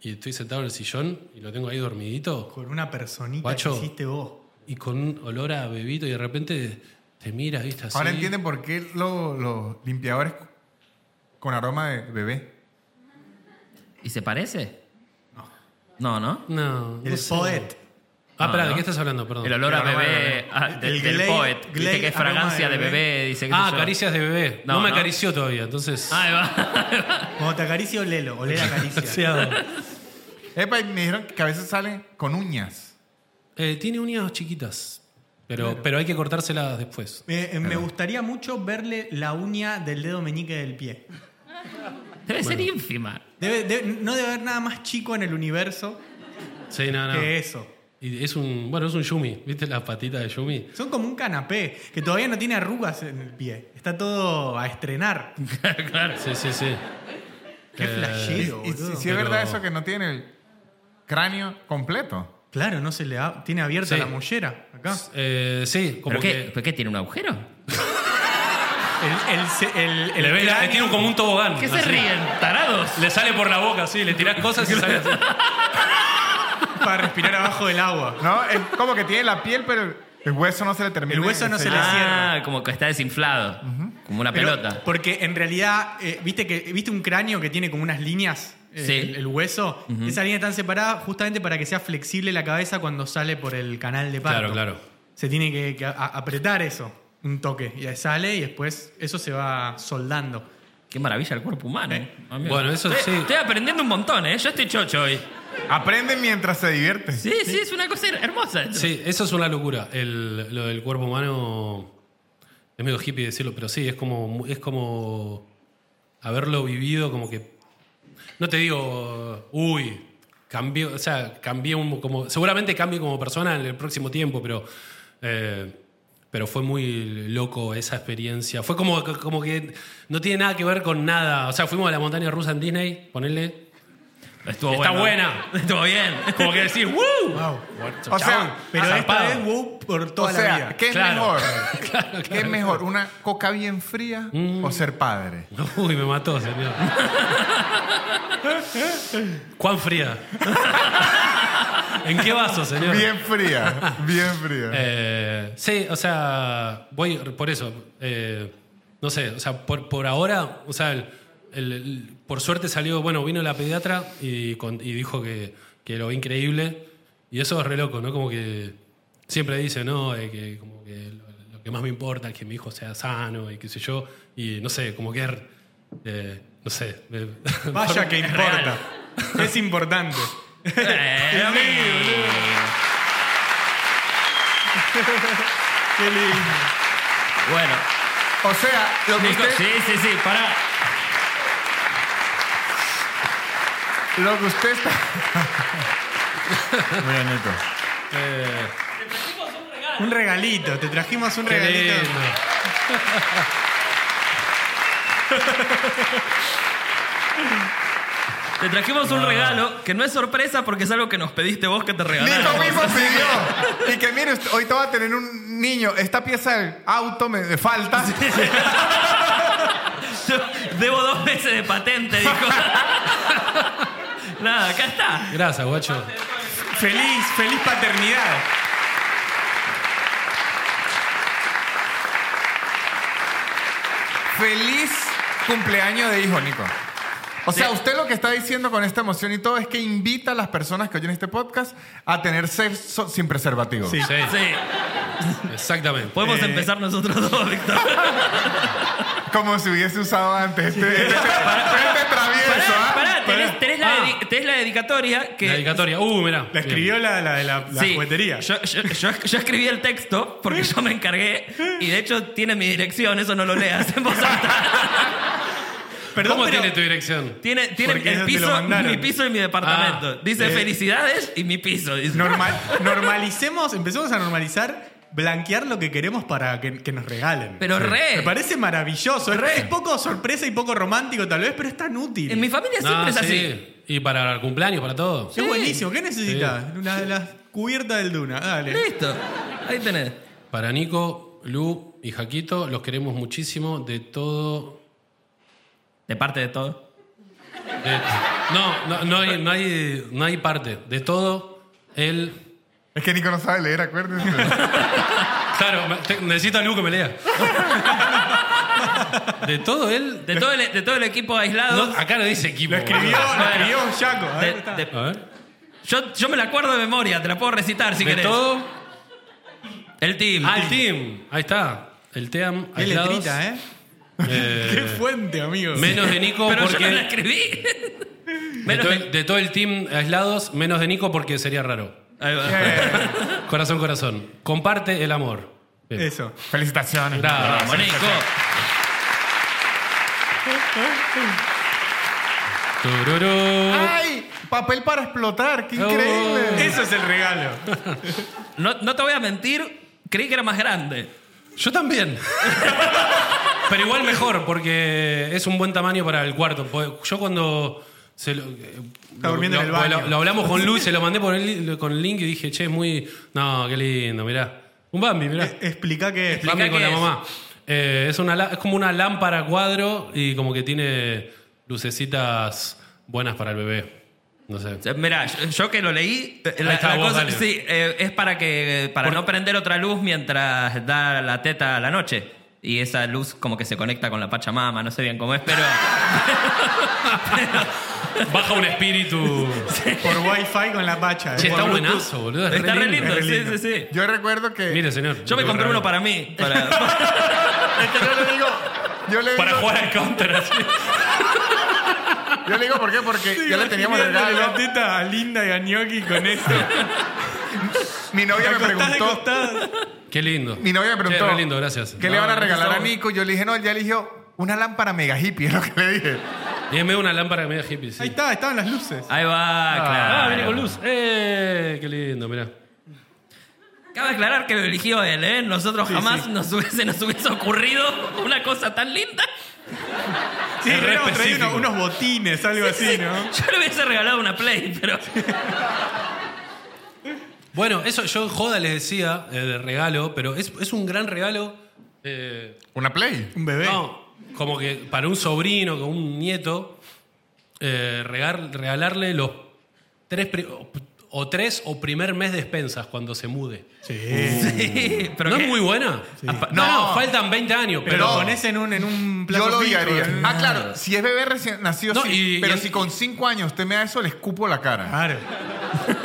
[SPEAKER 2] Y estoy sentado en el sillón y lo tengo ahí dormidito.
[SPEAKER 1] Con una personita
[SPEAKER 2] Guacho.
[SPEAKER 1] que hiciste vos.
[SPEAKER 2] Y con un olor a bebito y de repente te miras, ¿viste? Así.
[SPEAKER 3] Ahora entienden por qué lo- los limpiadores con aroma de bebé.
[SPEAKER 4] ¿Y se parece? No. No, ¿no?
[SPEAKER 2] No. no
[SPEAKER 1] El
[SPEAKER 2] sé.
[SPEAKER 1] poet.
[SPEAKER 2] Ah,
[SPEAKER 4] No,
[SPEAKER 2] espera, ¿de
[SPEAKER 4] no.
[SPEAKER 2] qué estás hablando? Perdón.
[SPEAKER 4] El olor a
[SPEAKER 3] aroma de
[SPEAKER 4] bebé
[SPEAKER 3] bebé.
[SPEAKER 4] ah, de-
[SPEAKER 1] El
[SPEAKER 4] del
[SPEAKER 1] Glade-
[SPEAKER 4] poet.
[SPEAKER 1] Glade
[SPEAKER 4] Dice que es
[SPEAKER 1] aroma
[SPEAKER 4] fragancia
[SPEAKER 1] de
[SPEAKER 4] de
[SPEAKER 1] bebé.
[SPEAKER 4] bebé. Dice que
[SPEAKER 2] Ah, caricias de bebé. No,
[SPEAKER 4] No,
[SPEAKER 2] me
[SPEAKER 4] no. Ah,
[SPEAKER 2] acarició todavía, entonces.
[SPEAKER 4] Ahí va.
[SPEAKER 1] Cuando te acaricia, olelo. Olé la caricia.
[SPEAKER 2] Sí, hago.
[SPEAKER 3] Epa, y me dijeron que a veces salen con uñas.
[SPEAKER 2] Eh, tiene uñas chiquitas, pero, pero hay que cortárselas después.
[SPEAKER 1] Eh, eh, me gustaría mucho verle la uña del dedo meñique del pie.
[SPEAKER 4] Debe ser ínfima.
[SPEAKER 1] Debe- debe- no debe haber nada más chico en el universo
[SPEAKER 2] Sí, no, no.
[SPEAKER 4] Eh.
[SPEAKER 1] que eso.
[SPEAKER 2] Y es un, bueno, es un yumi. ¿Viste las patitas de yumi?
[SPEAKER 1] Son como un canapé que todavía no tiene arrugas en el pie. Está todo a estrenar.
[SPEAKER 4] claro.
[SPEAKER 2] Sí, sí, sí.
[SPEAKER 1] Qué flashero,
[SPEAKER 3] Y, y si
[SPEAKER 1] boludo.
[SPEAKER 3] si es verdad
[SPEAKER 2] Pero-
[SPEAKER 3] eso que no tiene el cráneo completo.
[SPEAKER 1] Claro, no se le ha- tiene abierta
[SPEAKER 2] Sí.
[SPEAKER 1] la mollera acá.
[SPEAKER 2] Eh, sí, como
[SPEAKER 4] ¿Pero qué?
[SPEAKER 2] que.
[SPEAKER 4] ¿Pero qué? ¿Tiene un agujero?
[SPEAKER 1] El, el se- el- el
[SPEAKER 2] le ves la-
[SPEAKER 1] cráneo-
[SPEAKER 2] le tiene un- como un tobogán.
[SPEAKER 4] ¿Qué se
[SPEAKER 2] así.
[SPEAKER 4] ríen? ¿Tarados?
[SPEAKER 2] Le sale por la boca, sí, le tirás cosas y sale así.
[SPEAKER 1] para respirar abajo del agua.
[SPEAKER 3] No, es como que tiene la piel, pero el- el hueso no se le termina.
[SPEAKER 1] El hueso no se le-
[SPEAKER 4] Ah,
[SPEAKER 1] cierra.
[SPEAKER 4] como que está desinflado. Como una
[SPEAKER 1] Pero-
[SPEAKER 4] pelota.
[SPEAKER 1] Porque en realidad, eh, ¿viste, que, ¿viste un cráneo que tiene como unas líneas? eh,
[SPEAKER 4] Sí.
[SPEAKER 1] El, el hueso. Esas líneas están separadas justamente para que sea flexible la cabeza cuando sale por el canal de parto.
[SPEAKER 2] Claro, claro.
[SPEAKER 1] Se tiene que, que a- apretar eso, un toque. Y ahí sale y después eso se va soldando.
[SPEAKER 4] Qué maravilla el cuerpo humano. Amigo.
[SPEAKER 2] Bueno, eso
[SPEAKER 4] Estoy-
[SPEAKER 2] sí.
[SPEAKER 4] Estoy aprendiendo un montón, ¿eh? Yo estoy chocho hoy.
[SPEAKER 3] Aprenden mientras se divierte.
[SPEAKER 4] Sí, sí, es una cosa hermosa.
[SPEAKER 2] Sí, eso es una locura. El- lo del cuerpo humano es medio hippie decirlo, pero sí, es como, mu- es como haberlo vivido, como que. No te digo, uy, cambié, o sea, cambié un- como. Seguramente cambie como persona en el próximo tiempo, pero. eh, pero fue muy loco esa experiencia. Fue como, como que no tiene nada que ver con nada. O sea, fuimos a la montaña rusa en Disney, ponerle.
[SPEAKER 4] Estuvo
[SPEAKER 2] Está
[SPEAKER 4] bueno.
[SPEAKER 2] buena.
[SPEAKER 4] Estuvo bien.
[SPEAKER 2] Como que decís, ¡wow!
[SPEAKER 1] Wow.
[SPEAKER 3] O sea,
[SPEAKER 1] Pero
[SPEAKER 2] Zarpado.
[SPEAKER 1] esta es wow por
[SPEAKER 3] o
[SPEAKER 1] toda la vida.
[SPEAKER 3] sea ¿qué es
[SPEAKER 2] Claro. Mm.
[SPEAKER 3] mejor? ¿Qué es mejor? ¿Una coca bien fría o ser padre?
[SPEAKER 2] Uy, me mató, señor. Juan Fría. ¿En qué vaso, señor?
[SPEAKER 3] Bien fría, bien fría.
[SPEAKER 2] Eh, sí, o sea, voy por eso. eh, no sé, o sea, por, por ahora, o sea, el- el- el- por suerte salió, bueno, vino la pediatra y, con- y dijo que, que lo ve increíble. Y eso es re loco, ¿no? Como que siempre dice, ¿no? Eh, que como que lo, lo que más me importa es que mi hijo sea sano y qué sé yo. Y no sé, como que... eh, no sé. eh,
[SPEAKER 1] Vaya que importa.
[SPEAKER 4] real.
[SPEAKER 1] Es importante.
[SPEAKER 4] Eh, amigo.
[SPEAKER 1] Qué lindo.
[SPEAKER 4] bueno,
[SPEAKER 3] O sea, lo que,
[SPEAKER 4] Nico,
[SPEAKER 3] usted-
[SPEAKER 4] sí, sí, sí, pará.
[SPEAKER 3] lo que usted está... Muy bonito.
[SPEAKER 2] eh,
[SPEAKER 1] Un regalito, te trajimos un
[SPEAKER 2] qué
[SPEAKER 1] regalito.
[SPEAKER 2] lindo.
[SPEAKER 4] Te trajimos un regalo que no es sorpresa porque es algo que nos pediste vos que te regalaron.
[SPEAKER 3] Nico mismo pidió. Y que mire, usted- hoy te va a tener un niño. Esta pieza del auto me me falta.
[SPEAKER 4] Debo dos meses de patente, dijo. Nada, acá está.
[SPEAKER 2] Gracias, guacho.
[SPEAKER 1] Feliz, feliz paternidad.
[SPEAKER 3] Feliz cumpleaños de hijo, Nico. O sea, usted lo que está diciendo con esta emoción y todo es que invita a las personas que oyen este podcast a tener sexo sin preservativo.
[SPEAKER 1] Sí.
[SPEAKER 2] Sí,
[SPEAKER 4] Sí,
[SPEAKER 2] exactamente.
[SPEAKER 4] podemos empezar nosotros dos, Víctor.
[SPEAKER 3] Como si hubiese usado antes este, este- este travieso. ¿ah?
[SPEAKER 4] Pará, pará, tenés, tenés la,
[SPEAKER 2] Ah.
[SPEAKER 4] dedi- tenés la dedicatoria que...
[SPEAKER 2] La dedicatoria. Uh, mirá.
[SPEAKER 1] La escribió la, la de la, la
[SPEAKER 4] Sí,
[SPEAKER 1] juguetería.
[SPEAKER 4] Yo, yo- yo- yo escribí el texto porque yo me encargué y de hecho tiene mi dirección, eso no lo leas en voz alta.
[SPEAKER 1] Perdón,
[SPEAKER 2] ¿Cómo
[SPEAKER 1] pero-
[SPEAKER 2] tiene tu dirección?
[SPEAKER 4] Tiene, tiene
[SPEAKER 1] Porque
[SPEAKER 4] el
[SPEAKER 1] eso te lo
[SPEAKER 4] piso,
[SPEAKER 1] mandaron.
[SPEAKER 4] mi piso y mi departamento.
[SPEAKER 2] Ah,
[SPEAKER 4] dice
[SPEAKER 1] eh.
[SPEAKER 4] felicidades y mi piso. dice.
[SPEAKER 1] Normal- normalicemos, empecemos a normalizar, blanquear lo que queremos para que, que nos regalen.
[SPEAKER 4] Pero re.
[SPEAKER 1] Me parece maravilloso. Es, es poco sorpresa y poco romántico, tal vez, pero es tan útil.
[SPEAKER 4] En mi familia
[SPEAKER 2] No,
[SPEAKER 4] siempre es así.
[SPEAKER 2] Ah, sí. Y para el cumpleaños, para todo.
[SPEAKER 1] Es buenísimo. ¿Qué necesitas? Una de las cubiertas del Duna. Dale.
[SPEAKER 4] Listo. Ahí tenés.
[SPEAKER 2] Para Nico, Lu y Jaquito, los queremos muchísimo de todo.
[SPEAKER 4] De parte de todo.
[SPEAKER 2] de- no, no, no hay, no, hay, no hay parte. De todo el.
[SPEAKER 3] Es que Nico no sabe leer, acuérdense.
[SPEAKER 2] Claro, me- te- necesito a Lu que me lea. De todo el.
[SPEAKER 4] De todo el, de todo el equipo aislado.
[SPEAKER 2] no, acá no dice equipo.
[SPEAKER 1] Lo escribió,
[SPEAKER 2] boludo.
[SPEAKER 1] lo escribió Jaco. A ver,
[SPEAKER 4] De-
[SPEAKER 1] está.
[SPEAKER 4] de-
[SPEAKER 2] A ver.
[SPEAKER 4] yo, yo me la acuerdo de memoria, te la puedo recitar si
[SPEAKER 2] De
[SPEAKER 4] querés.
[SPEAKER 2] todo.
[SPEAKER 4] El team.
[SPEAKER 2] Ah, el team. Ahí está. El team.
[SPEAKER 1] Qué
[SPEAKER 2] aislados.
[SPEAKER 1] letrita, ¿eh?
[SPEAKER 2] Eh,
[SPEAKER 1] Qué fuente, amigo.
[SPEAKER 2] Menos de Nico
[SPEAKER 4] Pero yo
[SPEAKER 2] porque.
[SPEAKER 4] no la escribí.
[SPEAKER 2] De
[SPEAKER 4] Menos
[SPEAKER 2] todo,
[SPEAKER 4] de-
[SPEAKER 2] el- de todo el team aislados, menos de Nico porque sería raro.
[SPEAKER 4] Ahí va.
[SPEAKER 2] Corazón, corazón. Comparte el amor. Bien.
[SPEAKER 1] Eso.
[SPEAKER 3] Felicitaciones.
[SPEAKER 2] Bravo.
[SPEAKER 4] Vamos, Nico.
[SPEAKER 2] Tururú.
[SPEAKER 3] ¡Ay! Papel para explotar. ¡Qué increíble!
[SPEAKER 1] Eso es el regalo.
[SPEAKER 4] No, no te voy a mentir, creí que era más grande.
[SPEAKER 2] Yo también. Pero igual mejor, porque es un buen tamaño para el cuarto. Po- Yo cuando. se lo- eh,
[SPEAKER 1] Está durmiendo
[SPEAKER 2] lo-
[SPEAKER 1] en el baño.
[SPEAKER 2] Lo, lo hablamos con Luis, se lo mandé por el, con el link y dije, che, es muy. No, qué lindo, mirá. Un Bambi, mirá.
[SPEAKER 1] Explica que es.
[SPEAKER 4] Expli-
[SPEAKER 2] Bambi con
[SPEAKER 4] qué
[SPEAKER 2] la
[SPEAKER 4] es.
[SPEAKER 2] mamá. Eh, es, una, la- es como una lámpara cuadro y como que tiene lucecitas buenas para el bebé. No sé.
[SPEAKER 4] Mira, Eh, yo, yo que lo leí, eh, la,
[SPEAKER 2] está,
[SPEAKER 4] la
[SPEAKER 2] vos,
[SPEAKER 4] cosa-
[SPEAKER 2] dale.
[SPEAKER 4] sí, eh, es para que para no prender otra luz mientras da la teta a la noche. Y esa luz como que se conecta con la Pachamama, no sé bien cómo es, pero
[SPEAKER 2] Ah, Baja un espíritu.
[SPEAKER 1] Por wifi con la pacha.
[SPEAKER 2] Che,
[SPEAKER 1] ¿eh?
[SPEAKER 2] está
[SPEAKER 1] Por Bluetooth.
[SPEAKER 2] buenazo, boludo. es
[SPEAKER 4] está re lindo,
[SPEAKER 1] re lindo.
[SPEAKER 4] sí, sí, sí.
[SPEAKER 3] Yo recuerdo que.
[SPEAKER 2] Mire, señor.
[SPEAKER 4] Yo me compré uno para mí, para,
[SPEAKER 3] Es que yo le digo. Yo le
[SPEAKER 2] Para
[SPEAKER 3] digo,
[SPEAKER 2] jugar al counter. así.
[SPEAKER 3] Yo le digo por qué, porque ya le teníamos
[SPEAKER 1] Imaginándole
[SPEAKER 3] regalo.
[SPEAKER 1] la teta a Linda y a Gnocchi con eso.
[SPEAKER 3] Mi novia me preguntó.
[SPEAKER 2] Qué lindo.
[SPEAKER 3] Mi novia me preguntó.
[SPEAKER 2] Che, re lindo, gracias.
[SPEAKER 3] ¿Qué le van a regalar a Nico? Yo le dije, no, él ya eligió una lámpara mega hippie, es lo que le dije.
[SPEAKER 2] Dime una lámpara media hippie, sí.
[SPEAKER 1] Ahí está, estaban las luces.
[SPEAKER 4] Ahí va, claro.
[SPEAKER 2] Ah, viene con luz. Eh, qué lindo, mirá.
[SPEAKER 4] Cabe aclarar que lo eligió él, ¿eh? Nosotros jamás Nos hubiese, se nos hubiese ocurrido una cosa tan linda.
[SPEAKER 1] Sí,
[SPEAKER 2] Es re
[SPEAKER 1] hubiéramos traído
[SPEAKER 2] específico.
[SPEAKER 1] unos, unos botines, algo así, ¿no?
[SPEAKER 4] Yo le hubiese regalado una Play, pero...
[SPEAKER 2] Bueno, eso yo en joda les decía eh, de regalo, pero es, es un gran regalo. eh,
[SPEAKER 3] ¿Una Play?
[SPEAKER 1] Un bebé.
[SPEAKER 2] no, como que para un sobrino, con un nieto, eh, regar- regalarle los tres pri- o- o tres o primer mes de expensas cuando se mude.
[SPEAKER 1] Sí.
[SPEAKER 4] Sí, pero
[SPEAKER 2] ¿No
[SPEAKER 4] que-
[SPEAKER 2] es muy buena?
[SPEAKER 1] Apa-
[SPEAKER 2] No,
[SPEAKER 3] no.
[SPEAKER 2] faltan 20 años,
[SPEAKER 1] Pero
[SPEAKER 2] pero...
[SPEAKER 1] lo ponés en un, en un plato
[SPEAKER 3] Yo lo
[SPEAKER 1] fijo.
[SPEAKER 3] odiaría. Ah, claro. Si es bebé recién nacido,
[SPEAKER 2] No,
[SPEAKER 3] sí.
[SPEAKER 2] y-
[SPEAKER 3] pero
[SPEAKER 2] y- Ah,
[SPEAKER 3] si con 5 años usted me da eso, le escupo la cara.
[SPEAKER 1] Claro.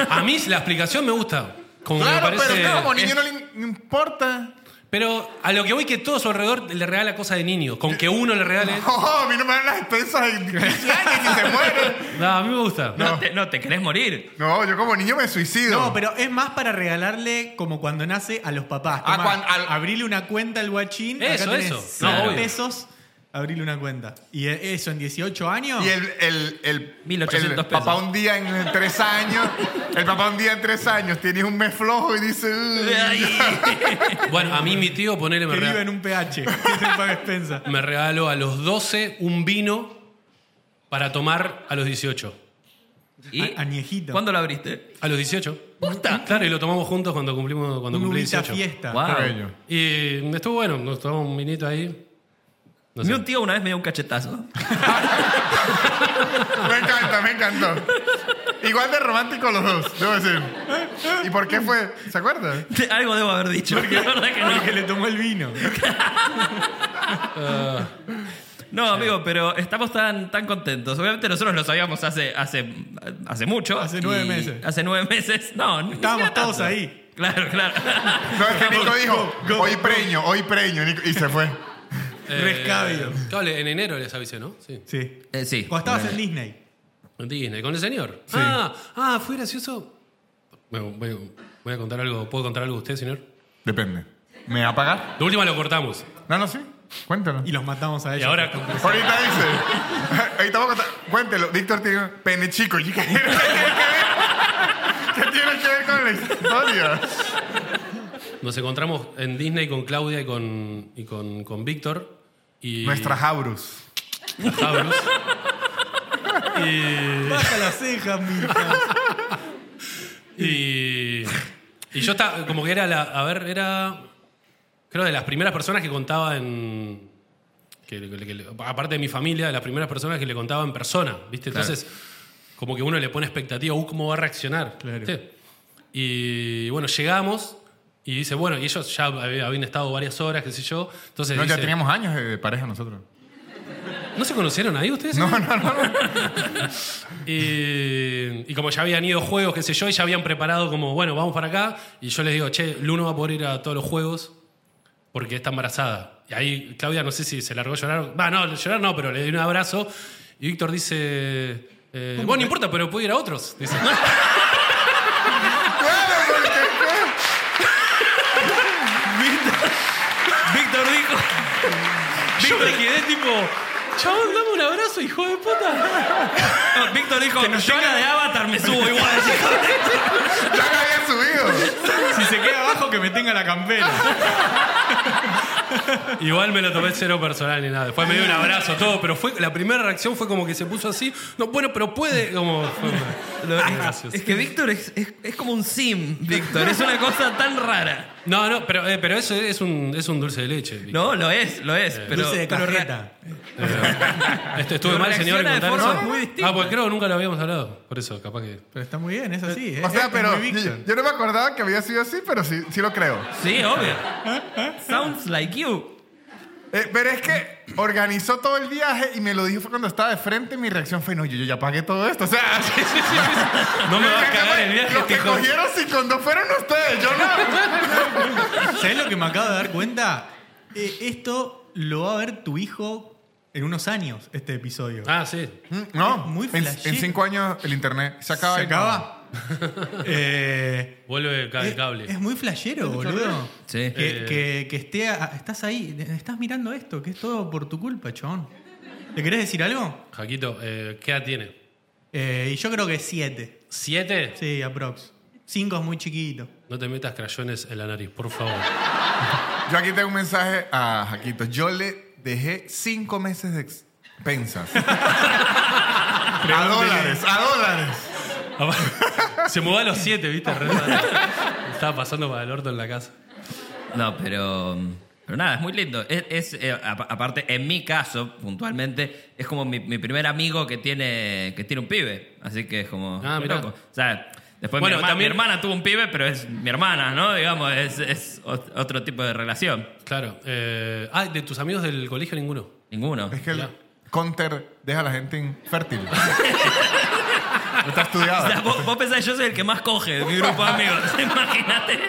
[SPEAKER 2] A mí la explicación me gusta. Como que me
[SPEAKER 3] claro,
[SPEAKER 2] parece-
[SPEAKER 3] pero como niño no le im- no importa.
[SPEAKER 2] Pero a lo que voy que todo a su alrededor le regala cosas de niños. Con que uno le regale...
[SPEAKER 3] Oh, a mí no me dan las expensas en 15 años y se muere.
[SPEAKER 2] No, a mí me gusta.
[SPEAKER 4] No, te, no, te querés morir.
[SPEAKER 3] No, yo como niño me suicido.
[SPEAKER 1] No, pero es más para regalarle como cuando nace a los papás.
[SPEAKER 3] Ah,
[SPEAKER 1] Tomá,
[SPEAKER 3] cuan- al-
[SPEAKER 1] abrirle una cuenta al guachín.
[SPEAKER 2] Eso,
[SPEAKER 1] acá tenés
[SPEAKER 2] eso.
[SPEAKER 1] cien
[SPEAKER 2] No, obvio.
[SPEAKER 1] pesos, abrirle una cuenta. Y eh, eso, en 18 años.
[SPEAKER 3] Y el, el, el,
[SPEAKER 4] 1800
[SPEAKER 3] el
[SPEAKER 4] pesos.
[SPEAKER 3] papá un día en tres años, el papá un día en tres años tiene un mes flojo y dice, "Uy".
[SPEAKER 2] Bueno, a mí mi tío, ponele, me
[SPEAKER 1] que vive
[SPEAKER 2] regala,
[SPEAKER 1] en un PH. que se paga expensa.
[SPEAKER 2] me regaló a los 12 un vino para tomar a los 18.
[SPEAKER 4] Y,
[SPEAKER 1] A- añejito.
[SPEAKER 4] ¿Cuándo lo abriste?
[SPEAKER 2] ¿A los 18? Claro, y lo tomamos juntos cuando cumplimos cuando
[SPEAKER 1] Un
[SPEAKER 2] cumplí
[SPEAKER 1] Ubita
[SPEAKER 2] 18.
[SPEAKER 1] fiesta.
[SPEAKER 4] Guau.
[SPEAKER 3] Qué bello.
[SPEAKER 2] Y estuvo bueno, nos tomamos un vinito ahí. No sé.
[SPEAKER 4] Mi un tío una vez me dio un cachetazo.
[SPEAKER 3] Me encanta, me encantó. Igual de romántico los dos, debo decir. ¿Y por qué fue? ¿Se acuerdan?
[SPEAKER 4] Te- Algo debo haber dicho. la verdad que no.
[SPEAKER 1] Porque le tomó el vino.
[SPEAKER 4] No, amigo, pero estamos tan, tan contentos. Obviamente nosotros lo sabíamos hace, hace, hace mucho.
[SPEAKER 1] Hace nueve
[SPEAKER 4] y-
[SPEAKER 1] meses.
[SPEAKER 4] Hace nueve meses. No, ni
[SPEAKER 1] Estábamos
[SPEAKER 4] siquiera tanto.
[SPEAKER 1] todos ahí.
[SPEAKER 4] Claro, claro.
[SPEAKER 3] No, es que Nico dijo, hoy preño, hoy preño, Nico", y se fue.
[SPEAKER 2] Eh,
[SPEAKER 1] Rescabio.
[SPEAKER 2] Claro, en enero les avisé, ¿no? Sí.
[SPEAKER 1] Sí.
[SPEAKER 4] Eh, sí.
[SPEAKER 1] Cuando estabas en Disney.
[SPEAKER 2] En Disney, con el señor. Ah, ah, fue gracioso. Bueno, voy, voy a contar algo. ¿Puedo contar algo a usted, señor?
[SPEAKER 3] Depende. ¿Me va a pagar?
[SPEAKER 2] De última lo cortamos.
[SPEAKER 3] No, no, sí. Cuéntalo.
[SPEAKER 1] Y los matamos a
[SPEAKER 2] Y
[SPEAKER 1] ellos.
[SPEAKER 2] ahora con-
[SPEAKER 3] Ahorita dice. Ahorita vamos a contar. Cuéntelo. Víctor tiene un pene chico. ¿Y ¿Qué tiene que ver? ¿Qué tiene que ver con la historia?
[SPEAKER 2] nos encontramos en Disney con Claudia y con, y con, con Víctor. Y
[SPEAKER 3] Nuestra Jabrus.
[SPEAKER 2] Jaurus.
[SPEAKER 1] Baja las cejas, mija.
[SPEAKER 2] Y, y yo estaba, como que era la, a ver, era, creo de las primeras personas que contaba en, que, que- que- aparte de mi familia, de las primeras personas que le contaba en persona, ¿viste? Entonces, como que uno le pone expectativa, uh, ¿cómo va a reaccionar?
[SPEAKER 1] Claro.
[SPEAKER 2] ¿viste? Y bueno, llegamos y dice, bueno, y ellos ya hab- habían estado varias horas, qué sé yo, entonces
[SPEAKER 3] No, ya
[SPEAKER 2] dice,
[SPEAKER 3] teníamos años de de pareja nosotros.
[SPEAKER 2] ¿no se conocieron ahí ustedes?
[SPEAKER 3] No, no, no.
[SPEAKER 2] Y, y como ya habían ido juegos, qué sé yo, y ya habían preparado como, bueno, vamos para acá. Y yo les digo, che, Luno va a poder ir a todos los juegos porque está embarazada. Y ahí Claudia, no sé si se largó a llorar. Va, no, llorar no, pero le di un abrazo. Y Víctor dice, eh, bueno, no importa, pero puedo ir a otros. Dice,
[SPEAKER 4] Víctor dijo.
[SPEAKER 2] yo me quedé tipo, chabón, dame un abrazo, hijo de puta.
[SPEAKER 4] no, Víctor dijo. Yo a la de Avatar me subo igual.
[SPEAKER 3] Ya la había
[SPEAKER 2] Este
[SPEAKER 3] subido.
[SPEAKER 1] Si se queda abajo, que me tenga la campera.
[SPEAKER 2] Igual me lo tomé cero personal ni nada. Después me dio un abrazo, todo, pero fue, la primera reacción fue como que se puso así. No, bueno, pero puede, como... fue-
[SPEAKER 4] Lo-
[SPEAKER 2] Ay, gracioso.
[SPEAKER 4] es que Víctor es, es- es como un sim, Víctor. Es una cosa tan rara.
[SPEAKER 2] No, no, pero, eh, pero eso es un, es un dulce de leche. Vicky.
[SPEAKER 4] No, lo es, lo es. Pero,
[SPEAKER 1] Dulce de
[SPEAKER 4] pero re-
[SPEAKER 1] carreta.
[SPEAKER 2] Este, estuve
[SPEAKER 4] Pero
[SPEAKER 2] mal, señor, en
[SPEAKER 4] reacciona de
[SPEAKER 2] contar
[SPEAKER 4] formas
[SPEAKER 2] eso.
[SPEAKER 4] muy distintas.
[SPEAKER 2] Ah, pues creo que nunca lo habíamos hablado. Por eso, capaz que.
[SPEAKER 1] Pero está muy bien, es así.
[SPEAKER 3] O
[SPEAKER 1] es-
[SPEAKER 3] sea,
[SPEAKER 1] es
[SPEAKER 3] pero
[SPEAKER 1] muy Víctor.
[SPEAKER 3] yo, yo no me acordaba que había sido así, pero sí, sí lo creo.
[SPEAKER 4] Sí, obvio. Sounds like you.
[SPEAKER 3] Eh, pero es que organizó todo el viaje y me lo dijo fue cuando estaba de frente y mi reacción fue, no, yo, yo ya pagué todo esto. O sea,
[SPEAKER 2] No me va a
[SPEAKER 3] que
[SPEAKER 2] cagar
[SPEAKER 3] fue-
[SPEAKER 2] el viaje,
[SPEAKER 3] los que
[SPEAKER 2] este hijo.
[SPEAKER 3] cogieron sin condón fueron ustedes, yo no.
[SPEAKER 1] ¿Sabés lo que me acabo de dar cuenta? Eh, esto lo va a ver tu hijo en unos años, este episodio.
[SPEAKER 2] Ah, sí.
[SPEAKER 3] No,
[SPEAKER 1] Es muy
[SPEAKER 3] en,
[SPEAKER 1] flashero.
[SPEAKER 3] en cinco años el internet se acaba.
[SPEAKER 1] ¿Se
[SPEAKER 3] y-
[SPEAKER 1] acaba? Eh,
[SPEAKER 2] Vuelve el ca- el
[SPEAKER 1] es,
[SPEAKER 2] cable.
[SPEAKER 1] es muy flashero, boludo.
[SPEAKER 4] Sí.
[SPEAKER 1] Que,
[SPEAKER 2] Eh.
[SPEAKER 1] que- que esté a- estás ahí, estás mirando esto, que es todo por tu culpa, chabón. ¿Le querés decir algo?
[SPEAKER 2] Jaquito, eh, ¿qué edad tiene?
[SPEAKER 1] Eh, y yo creo que siete.
[SPEAKER 2] ¿Siete?
[SPEAKER 1] Sí, aprox. Cinco es muy chiquito.
[SPEAKER 2] No te metas crayones en la nariz, por favor.
[SPEAKER 3] Yo aquí tengo un mensaje a Jaquito. Yo le dejé cinco meses de expensas. a dólares, a dólares.
[SPEAKER 2] Se mudó a los siete, ¿viste? Re- Estaba pasando para el orto en la casa.
[SPEAKER 4] No, pero. Pero nada, es muy lindo. Es, es, eh, a- aparte, en mi caso, puntualmente, es como mi, mi primer amigo que tiene, que tiene un pibe. Así que es como.
[SPEAKER 2] Ah,
[SPEAKER 4] qué
[SPEAKER 2] mirá.
[SPEAKER 4] loco. O sea, Después
[SPEAKER 2] Bueno,
[SPEAKER 4] mi, herma-
[SPEAKER 2] también-
[SPEAKER 4] mi hermana tuvo un pibe, pero es mi hermana, ¿no? Digamos, es, es ot- otro tipo de relación.
[SPEAKER 2] Claro. eh, ah, de tus amigos del colegio ninguno.
[SPEAKER 4] Ninguno.
[SPEAKER 3] Es que el
[SPEAKER 2] Ya.
[SPEAKER 3] counter deja a la gente infértil. no está estudiado.
[SPEAKER 4] O sea, vos, vos pensás, yo soy el que más coge de mi grupo de amigos. Imagínate.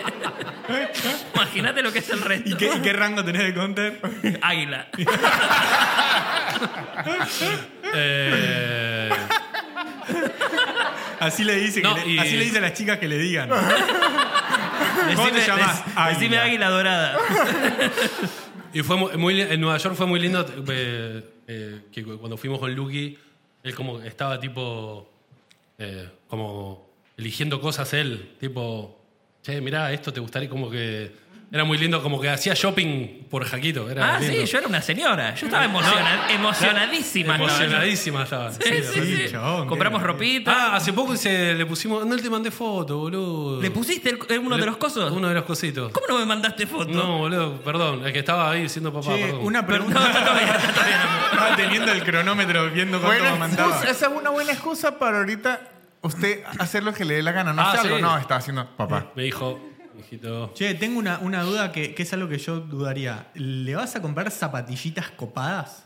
[SPEAKER 4] Imagínate lo que es el resto.
[SPEAKER 1] ¿Y qué, y qué rango tenés de counter?
[SPEAKER 4] Águila.
[SPEAKER 2] Eh,
[SPEAKER 1] Así le dicen,
[SPEAKER 2] No,
[SPEAKER 1] que le-
[SPEAKER 2] y-
[SPEAKER 1] así le dicen a las chicas que le digan.
[SPEAKER 4] Decime,
[SPEAKER 1] te llamás?
[SPEAKER 4] dec-
[SPEAKER 1] Águila.
[SPEAKER 4] decime águila dorada.
[SPEAKER 2] y fue mu- muy, li- en Nueva York fue muy lindo eh, eh, que cu- cuando fuimos con Lucky, él como estaba tipo eh, como eligiendo cosas él, tipo, che, mirá, esto te gustaría como que era muy lindo, como que hacía shopping por Jaquito. Era
[SPEAKER 4] Ah,
[SPEAKER 2] lindo.
[SPEAKER 4] sí, yo era una señora. Yo estaba emociona- emocionadísima. estaba yo.
[SPEAKER 2] Emocionadísima estaba. Sí,
[SPEAKER 4] Sí,
[SPEAKER 2] horrible.
[SPEAKER 4] sí, sí.
[SPEAKER 1] chabón,
[SPEAKER 4] Compramos
[SPEAKER 1] qué-
[SPEAKER 4] ropita.
[SPEAKER 2] Ah, hace poco se, le pusimos. No le te mandé foto, boludo.
[SPEAKER 4] ¿Le pusiste el- eh, uno de los cosos?
[SPEAKER 2] Uno de los cositos.
[SPEAKER 4] ¿Cómo no me mandaste foto?
[SPEAKER 2] No, boludo, perdón. Es que estaba ahí siendo papá.
[SPEAKER 1] Che,
[SPEAKER 2] Ah, perdón.
[SPEAKER 1] una
[SPEAKER 4] Pero- no,
[SPEAKER 1] pregunta.
[SPEAKER 4] está todo bien, está todo bien.
[SPEAKER 1] Estaba teniendo el cronómetro viendo cuánto
[SPEAKER 3] Buena
[SPEAKER 1] me mandaba.
[SPEAKER 3] excusa, esa es una buena excusa para ahorita usted hacer lo que le dé la gana. No
[SPEAKER 2] Ah,
[SPEAKER 3] hace algo,
[SPEAKER 2] sí.
[SPEAKER 3] no, está haciendo papá.
[SPEAKER 2] Me dijo, hijito.
[SPEAKER 1] Che, tengo una, una duda que, que es algo que yo dudaría. ¿Le vas a comprar zapatillitas copadas?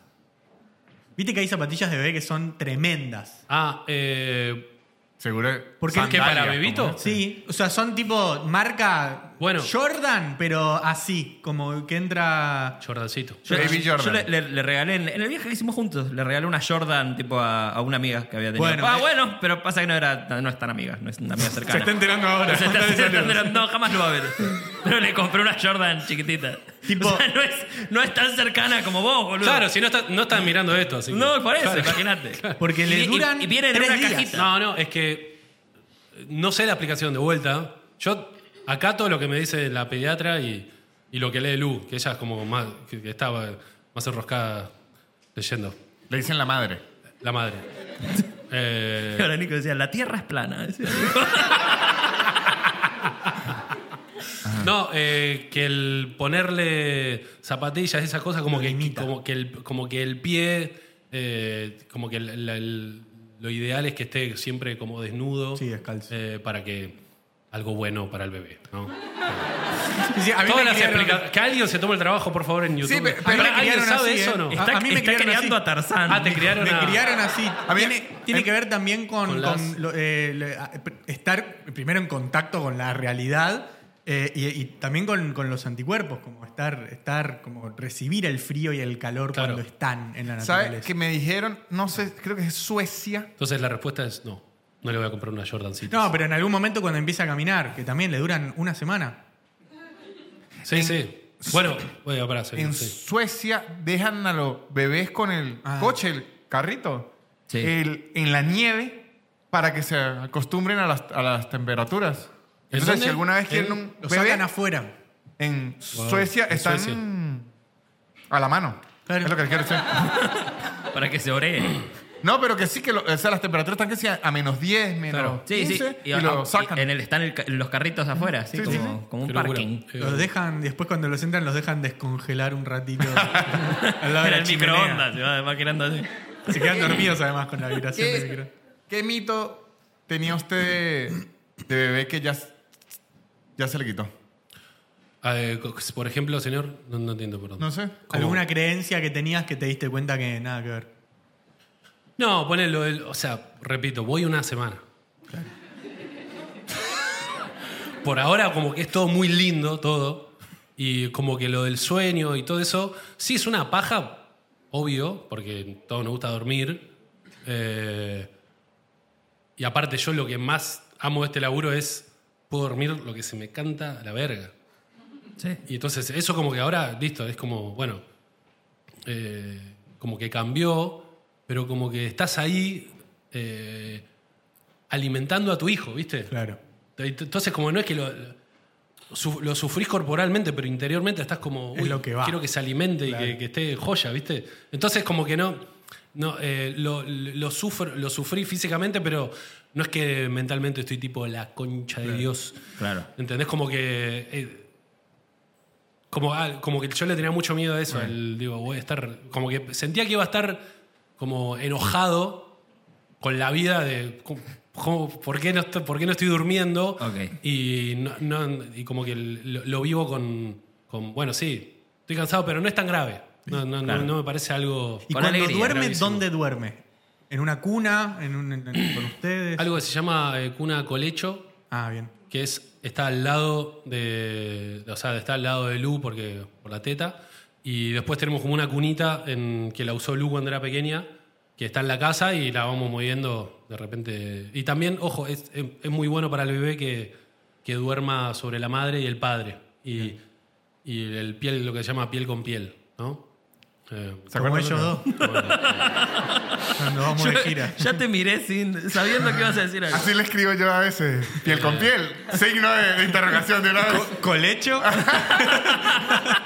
[SPEAKER 1] Viste que hay zapatillas de bebé que son tremendas.
[SPEAKER 2] Ah, eh.
[SPEAKER 3] Seguro.
[SPEAKER 1] Porque es
[SPEAKER 2] que
[SPEAKER 3] sandalias,
[SPEAKER 2] para
[SPEAKER 3] como,
[SPEAKER 2] bebito.
[SPEAKER 3] ¿no?
[SPEAKER 1] Sí, o sea, son tipo marca
[SPEAKER 2] Oh, Bueno.
[SPEAKER 1] Jordan, pero así, como que entra...
[SPEAKER 2] Jordancito.
[SPEAKER 4] Yo-
[SPEAKER 3] Baby
[SPEAKER 4] yo
[SPEAKER 3] Jordan.
[SPEAKER 4] le, le- le regalé, en, en el viaje que hicimos juntos, le regalé una Jordan tipo a, a una amiga que había tenido.
[SPEAKER 1] Bueno,
[SPEAKER 4] ah,
[SPEAKER 1] eh.
[SPEAKER 4] bueno, pero pasa que no, era, tan- no es tan amiga, no es una amiga cercana.
[SPEAKER 1] Se está enterando ahora.
[SPEAKER 4] Se está-
[SPEAKER 1] Mandale
[SPEAKER 4] se está
[SPEAKER 1] saludos.
[SPEAKER 4] enterando, no, jamás lo va a ver. Pero le compré una Jordan chiquitita.
[SPEAKER 1] Tipo-
[SPEAKER 4] O sea, no es, no es tan cercana como vos, boludo.
[SPEAKER 2] Claro, si no, está- no están mirando esto, así que-
[SPEAKER 4] No, por eso,
[SPEAKER 2] Claro.
[SPEAKER 4] imagínate.
[SPEAKER 1] Porque le
[SPEAKER 4] Y- y-
[SPEAKER 1] duran
[SPEAKER 4] Y, viene en
[SPEAKER 1] tres
[SPEAKER 4] una
[SPEAKER 1] días.
[SPEAKER 4] cajita.
[SPEAKER 2] No, no, es que. eh, No sé la aplicación de vuelta. Yo acato lo que me dice la pediatra y, y lo que lee Lu, que ella es como más. que que estaba más enroscada leyendo.
[SPEAKER 3] Le dicen la madre.
[SPEAKER 2] La madre. Eh,
[SPEAKER 4] Y ahora Nico decía, la tierra es plana. Decía.
[SPEAKER 1] Ah.
[SPEAKER 2] No, eh, que el ponerle zapatillas, esas cosas, como que,
[SPEAKER 1] limita.
[SPEAKER 2] como que, el, como que el pie, eh, como que el- la- el- lo ideal es que esté siempre como desnudo.
[SPEAKER 1] Sí, descalzo.
[SPEAKER 2] eh, para que algo bueno para el bebé, ¿no?
[SPEAKER 1] Sí, a mí me
[SPEAKER 2] Todas las
[SPEAKER 1] criaron-
[SPEAKER 2] explica- Que alguien se tome el trabajo, por favor, en YouTube.
[SPEAKER 3] pe-
[SPEAKER 2] Ah,
[SPEAKER 3] pero
[SPEAKER 1] me
[SPEAKER 2] ¿Alguien
[SPEAKER 1] criaron
[SPEAKER 2] sabe
[SPEAKER 1] así,
[SPEAKER 2] eso
[SPEAKER 1] ¿eh?
[SPEAKER 2] o no?
[SPEAKER 1] Ah,
[SPEAKER 4] Está,
[SPEAKER 1] a mí me
[SPEAKER 4] está
[SPEAKER 1] criaron
[SPEAKER 4] creando
[SPEAKER 1] así.
[SPEAKER 4] a Tarzán.
[SPEAKER 2] Ah, te criaron
[SPEAKER 1] Me
[SPEAKER 2] a-
[SPEAKER 1] criaron así.
[SPEAKER 3] A mí-
[SPEAKER 1] tiene tiene
[SPEAKER 3] en-
[SPEAKER 1] que ver también con,
[SPEAKER 2] con las-
[SPEAKER 1] con lo- eh, le- a- estar primero en contacto con la realidad eh, y, y también con, con los anticuerpos, como estar, estar, como recibir el frío y el calor
[SPEAKER 2] Claro.
[SPEAKER 1] cuando están en la
[SPEAKER 3] ¿Sabes?
[SPEAKER 1] naturaleza.
[SPEAKER 3] Que me dijeron, no sé, creo que es Suecia.
[SPEAKER 2] Entonces la respuesta es no. No le voy a comprar una Jordancita.
[SPEAKER 1] No, pero en algún momento cuando empieza a caminar, que también le duran una semana.
[SPEAKER 2] Sí, sí. Bueno, voy a parar. sí,
[SPEAKER 3] En
[SPEAKER 2] sí.
[SPEAKER 3] Suecia dejan a los bebés con el
[SPEAKER 1] Ah.
[SPEAKER 3] coche, el carrito,
[SPEAKER 4] Sí.
[SPEAKER 3] el- en la nieve para que se acostumbren a las, a las temperaturas.
[SPEAKER 2] ¿En
[SPEAKER 3] Entonces,
[SPEAKER 2] dónde?
[SPEAKER 3] si alguna vez quieren
[SPEAKER 2] En-
[SPEAKER 3] un
[SPEAKER 1] Lo
[SPEAKER 3] bebé,
[SPEAKER 1] sacan afuera.
[SPEAKER 3] en
[SPEAKER 2] Wow,
[SPEAKER 3] Suecia
[SPEAKER 2] en
[SPEAKER 3] están
[SPEAKER 2] Suecia.
[SPEAKER 3] a la mano.
[SPEAKER 1] Claro.
[SPEAKER 3] Es lo que quiero decir.
[SPEAKER 4] Para que se oree.
[SPEAKER 3] No, pero que sí que lo- o sea, las temperaturas están que sea a menos 10, menos
[SPEAKER 2] Claro.
[SPEAKER 3] 15, y,
[SPEAKER 4] a-
[SPEAKER 3] lo
[SPEAKER 4] a-
[SPEAKER 3] sacan.
[SPEAKER 4] y en el, están el ca- los carritos afuera, así
[SPEAKER 3] Sí, sí,
[SPEAKER 4] como,
[SPEAKER 3] sí.
[SPEAKER 4] como un
[SPEAKER 2] Qué locura.
[SPEAKER 4] parking.
[SPEAKER 2] Eh,
[SPEAKER 1] Los dejan, después cuando los entran, los dejan descongelar un ratito. al lado de
[SPEAKER 4] Era
[SPEAKER 1] la
[SPEAKER 4] el
[SPEAKER 1] chimenea.
[SPEAKER 4] microondas, se va, va quedando así.
[SPEAKER 1] Se quedan dormidos además con la vibración del
[SPEAKER 3] ¿Qué,
[SPEAKER 1] microondas.
[SPEAKER 3] qué mito tenía usted de bebé que ya, ya se le quitó?
[SPEAKER 2] Ah, eh, co- por ejemplo, señor, no, no entiendo, perdón.
[SPEAKER 3] No sé.
[SPEAKER 2] ¿Cómo?
[SPEAKER 1] ¿Alguna creencia que tenías que te diste cuenta que nada que ver?
[SPEAKER 2] No, ponelo. el- o sea, repito, voy una semana. Por ahora, como que es todo muy lindo, todo. Y como que lo del sueño y todo eso. Sí, es una paja, obvio, porque todos nos gusta dormir. Eh, y aparte, yo lo que más amo de este laburo es. Puedo dormir lo que se me canta a la verga.
[SPEAKER 4] Sí.
[SPEAKER 2] Y entonces, eso como que ahora, listo, es como, bueno, eh, como que cambió, pero como que estás ahí eh, alimentando a tu hijo, ¿viste?
[SPEAKER 1] Claro.
[SPEAKER 2] Entonces, como no es que lo, su- lo sufrís corporalmente, pero interiormente estás como,
[SPEAKER 1] Es lo que va.
[SPEAKER 2] quiero que se alimente y que, que esté joya, ¿viste? Entonces, como que no, no eh, lo, lo, sufro- lo sufrí físicamente, pero no es que mentalmente estoy tipo la concha de Dios.
[SPEAKER 4] Claro.
[SPEAKER 2] ¿Entendés? Como que. eh, como, al- como que yo le tenía mucho miedo a eso. al- digo, voy a estar. Como que sentía que iba a estar como enojado con la vida de. con- ¿cómo- ¿por qué no estoy, por qué no estoy durmiendo?
[SPEAKER 4] Ok.
[SPEAKER 2] Y, no- no- y como que lo, lo vivo con, con, bueno, sí, estoy cansado, pero no es tan grave. No, no, no-
[SPEAKER 4] Claro.
[SPEAKER 2] no me parece algo...
[SPEAKER 1] Y
[SPEAKER 4] Con
[SPEAKER 1] cuando
[SPEAKER 4] alegría,
[SPEAKER 1] duerme,
[SPEAKER 2] bravísimo.
[SPEAKER 1] ¿dónde duerme? ¿En una cuna? ¿En un, en- en- ¿Con ustedes?
[SPEAKER 2] Algo que se llama eh, cuna colecho,
[SPEAKER 1] Ah, bien.
[SPEAKER 2] que es está al lado de o sea está al lado de Lu porque por la teta y después tenemos como una cunita en que la usó Lu cuando era pequeña que está en la casa y la vamos moviendo de repente y también ojo es, es- es muy bueno para el bebé que, que duerma sobre la madre y el padre y, y el piel lo que se llama piel con piel no Eh,
[SPEAKER 3] ¿Se
[SPEAKER 1] Como
[SPEAKER 3] acuerdan
[SPEAKER 1] ellos
[SPEAKER 3] de-
[SPEAKER 1] dos, cuando vamos de gira.
[SPEAKER 4] Ya te miré sin, sabiendo que ibas a decir algo.
[SPEAKER 3] Así le escribo yo a veces, piel
[SPEAKER 2] Eh.
[SPEAKER 3] con piel, signo de, de interrogación de una vez.
[SPEAKER 1] ¿Colecho?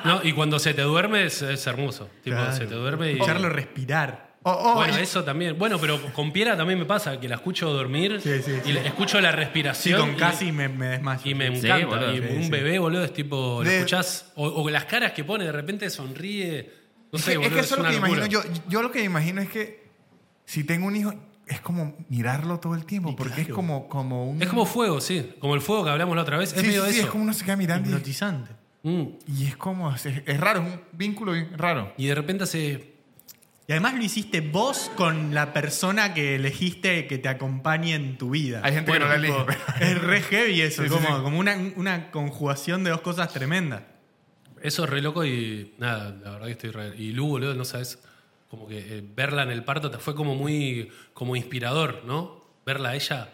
[SPEAKER 2] no, y cuando se te duerme es, es hermoso tipo
[SPEAKER 1] Claro.
[SPEAKER 2] se te duerme y
[SPEAKER 1] Escucharlo respirar.
[SPEAKER 3] O- o-
[SPEAKER 2] Bueno,
[SPEAKER 3] Oh,
[SPEAKER 2] eh,
[SPEAKER 3] y-
[SPEAKER 2] eso también. Bueno, pero con Piera también me pasa, que la escucho dormir
[SPEAKER 1] Sí, sí, sí.
[SPEAKER 2] y le- escucho la
[SPEAKER 1] Sí,
[SPEAKER 2] respiración.
[SPEAKER 1] con
[SPEAKER 2] y-
[SPEAKER 1] casi me, me desmayo.
[SPEAKER 2] Y me
[SPEAKER 4] Sí,
[SPEAKER 2] encanta.
[SPEAKER 4] boludo.
[SPEAKER 2] y
[SPEAKER 1] Sí,
[SPEAKER 2] un
[SPEAKER 1] sí.
[SPEAKER 2] bebé, boludo, es tipo, lo
[SPEAKER 3] De-
[SPEAKER 2] escuchás. O, o las caras que pone, de repente sonríe. No sé,
[SPEAKER 3] es, que- es
[SPEAKER 2] boludo.
[SPEAKER 3] que eso es lo
[SPEAKER 2] una
[SPEAKER 3] que
[SPEAKER 2] locura.
[SPEAKER 3] imagino yo. Yo lo que me imagino es que si tengo un hijo, es como mirarlo todo el tiempo, porque es como, como un...
[SPEAKER 2] Es como fuego, sí. Como el fuego que hablamos la otra vez.
[SPEAKER 3] Sí,
[SPEAKER 2] es
[SPEAKER 3] sí,
[SPEAKER 2] medio de
[SPEAKER 3] sí,
[SPEAKER 2] eso.
[SPEAKER 3] es como uno se queda mirando y,
[SPEAKER 1] Hipnotizante.
[SPEAKER 2] Mm.
[SPEAKER 3] y es como... Es, es raro, es un vínculo bien raro.
[SPEAKER 2] Y de repente hace.
[SPEAKER 1] Y además lo hiciste vos con la persona que elegiste que te acompañe en tu vida.
[SPEAKER 3] Hay gente que no la elige.
[SPEAKER 1] Es re heavy eso,
[SPEAKER 3] Sí, sí,
[SPEAKER 1] como,
[SPEAKER 3] sí.
[SPEAKER 1] como una, una conjugación de dos cosas tremendas.
[SPEAKER 2] Eso es re loco y nada, la verdad que estoy re. Y Lu, boludo, no sabes. Como que eh, verla en el parto te fue como muy. como inspirador, ¿no? Verla a ella,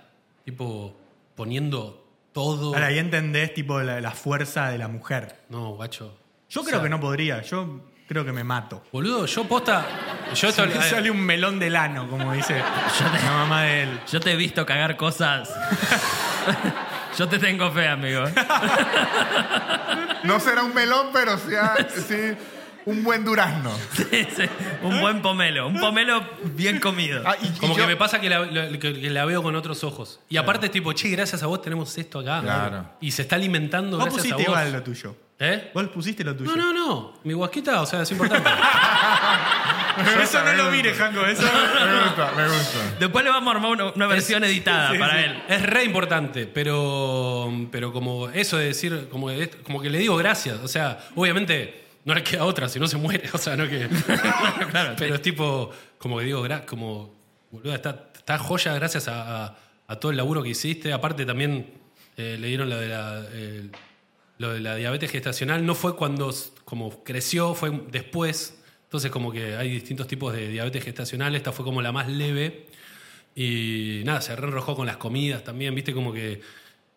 [SPEAKER 2] tipo, poniendo todo.
[SPEAKER 1] Ahora ahí entendés tipo la, la fuerza de la mujer.
[SPEAKER 2] No, guacho.
[SPEAKER 1] Yo
[SPEAKER 2] O
[SPEAKER 1] creo
[SPEAKER 2] sea,
[SPEAKER 1] que no podría, yo creo que me mato.
[SPEAKER 2] Boludo, yo posta. Yo esto- eh,
[SPEAKER 1] Sale, sale un melón del ano, como dice la mamá de él.
[SPEAKER 4] Yo te he visto cagar cosas. Yo te tengo fe, amigo.
[SPEAKER 3] No será un melón, pero sea, sí un buen durazno.
[SPEAKER 4] Sí, sí. Un buen pomelo. Un pomelo bien comido.
[SPEAKER 3] Ah, y- y
[SPEAKER 2] Como
[SPEAKER 3] yo-
[SPEAKER 2] que me pasa que la, la- que- que la veo con otros ojos. Y aparte es tipo, che, gracias a vos tenemos esto acá.
[SPEAKER 3] Claro.
[SPEAKER 2] Y se está alimentando
[SPEAKER 1] Vos
[SPEAKER 2] gracias a
[SPEAKER 1] pusiste
[SPEAKER 2] vos.
[SPEAKER 1] igual lo tuyo.
[SPEAKER 2] ¿Eh?
[SPEAKER 1] Vos pusiste lo tuyo.
[SPEAKER 2] No, no, no. Mi guasquita, o sea, es importante.
[SPEAKER 1] Eso no lo mires, Janko, eso.
[SPEAKER 3] Me gusta, me gusta.
[SPEAKER 4] Después le vamos a armar una, una versión editada
[SPEAKER 2] Sí,
[SPEAKER 4] para
[SPEAKER 2] sí.
[SPEAKER 4] él.
[SPEAKER 2] Es re importante, pero, pero como eso de decir, como que, como que le digo gracias. O sea, obviamente no le queda otra, si no se muere. O sea, no que. pero es tipo, como que digo, gra- como, boluda, está, está joya gracias a, a- a todo el laburo que hiciste. Aparte también eh, le dieron lo de la. eh, lo de la diabetes gestacional no fue cuando s- como creció, fue después. Entonces como que hay distintos tipos de diabetes gestacional, esta fue como la más leve. Y nada, se reenrojó con las comidas también, viste, como que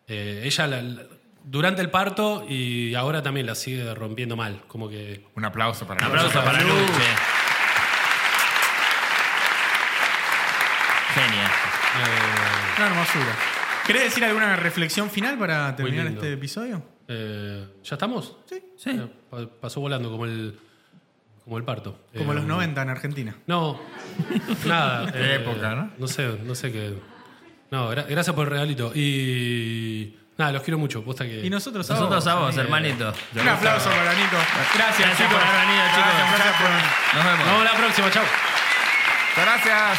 [SPEAKER 2] eh, ella la- la- durante el parto y ahora también la sigue rompiendo mal. Como que.
[SPEAKER 3] Un aplauso para
[SPEAKER 4] Un aplauso para Luche. Genia.
[SPEAKER 2] eh,
[SPEAKER 1] Una hermosura. ¿Querés decir alguna reflexión final para terminar
[SPEAKER 2] lindo.
[SPEAKER 1] este episodio?
[SPEAKER 2] eh, ¿Ya estamos? Sí, sí. pasó volando como el, como el parto.
[SPEAKER 1] Como
[SPEAKER 2] Eh,
[SPEAKER 1] los 90 en Argentina.
[SPEAKER 2] No, nada. eh,
[SPEAKER 3] Qué época, ¿no?
[SPEAKER 2] No sé, no sé qué. No, gra- gracias por el regalito. Y. Nada, los quiero mucho. Posta que.
[SPEAKER 1] Y nosotros,
[SPEAKER 4] Nosotros a
[SPEAKER 1] ahora.
[SPEAKER 4] vos, hermanito.
[SPEAKER 1] Un aplauso para Nico.
[SPEAKER 4] Gracias
[SPEAKER 1] chicos.
[SPEAKER 4] por haber venido, chicos.
[SPEAKER 1] Gracias, gracias por-
[SPEAKER 4] Nos vemos.
[SPEAKER 2] Nos vemos la próxima, chao.
[SPEAKER 3] Gracias.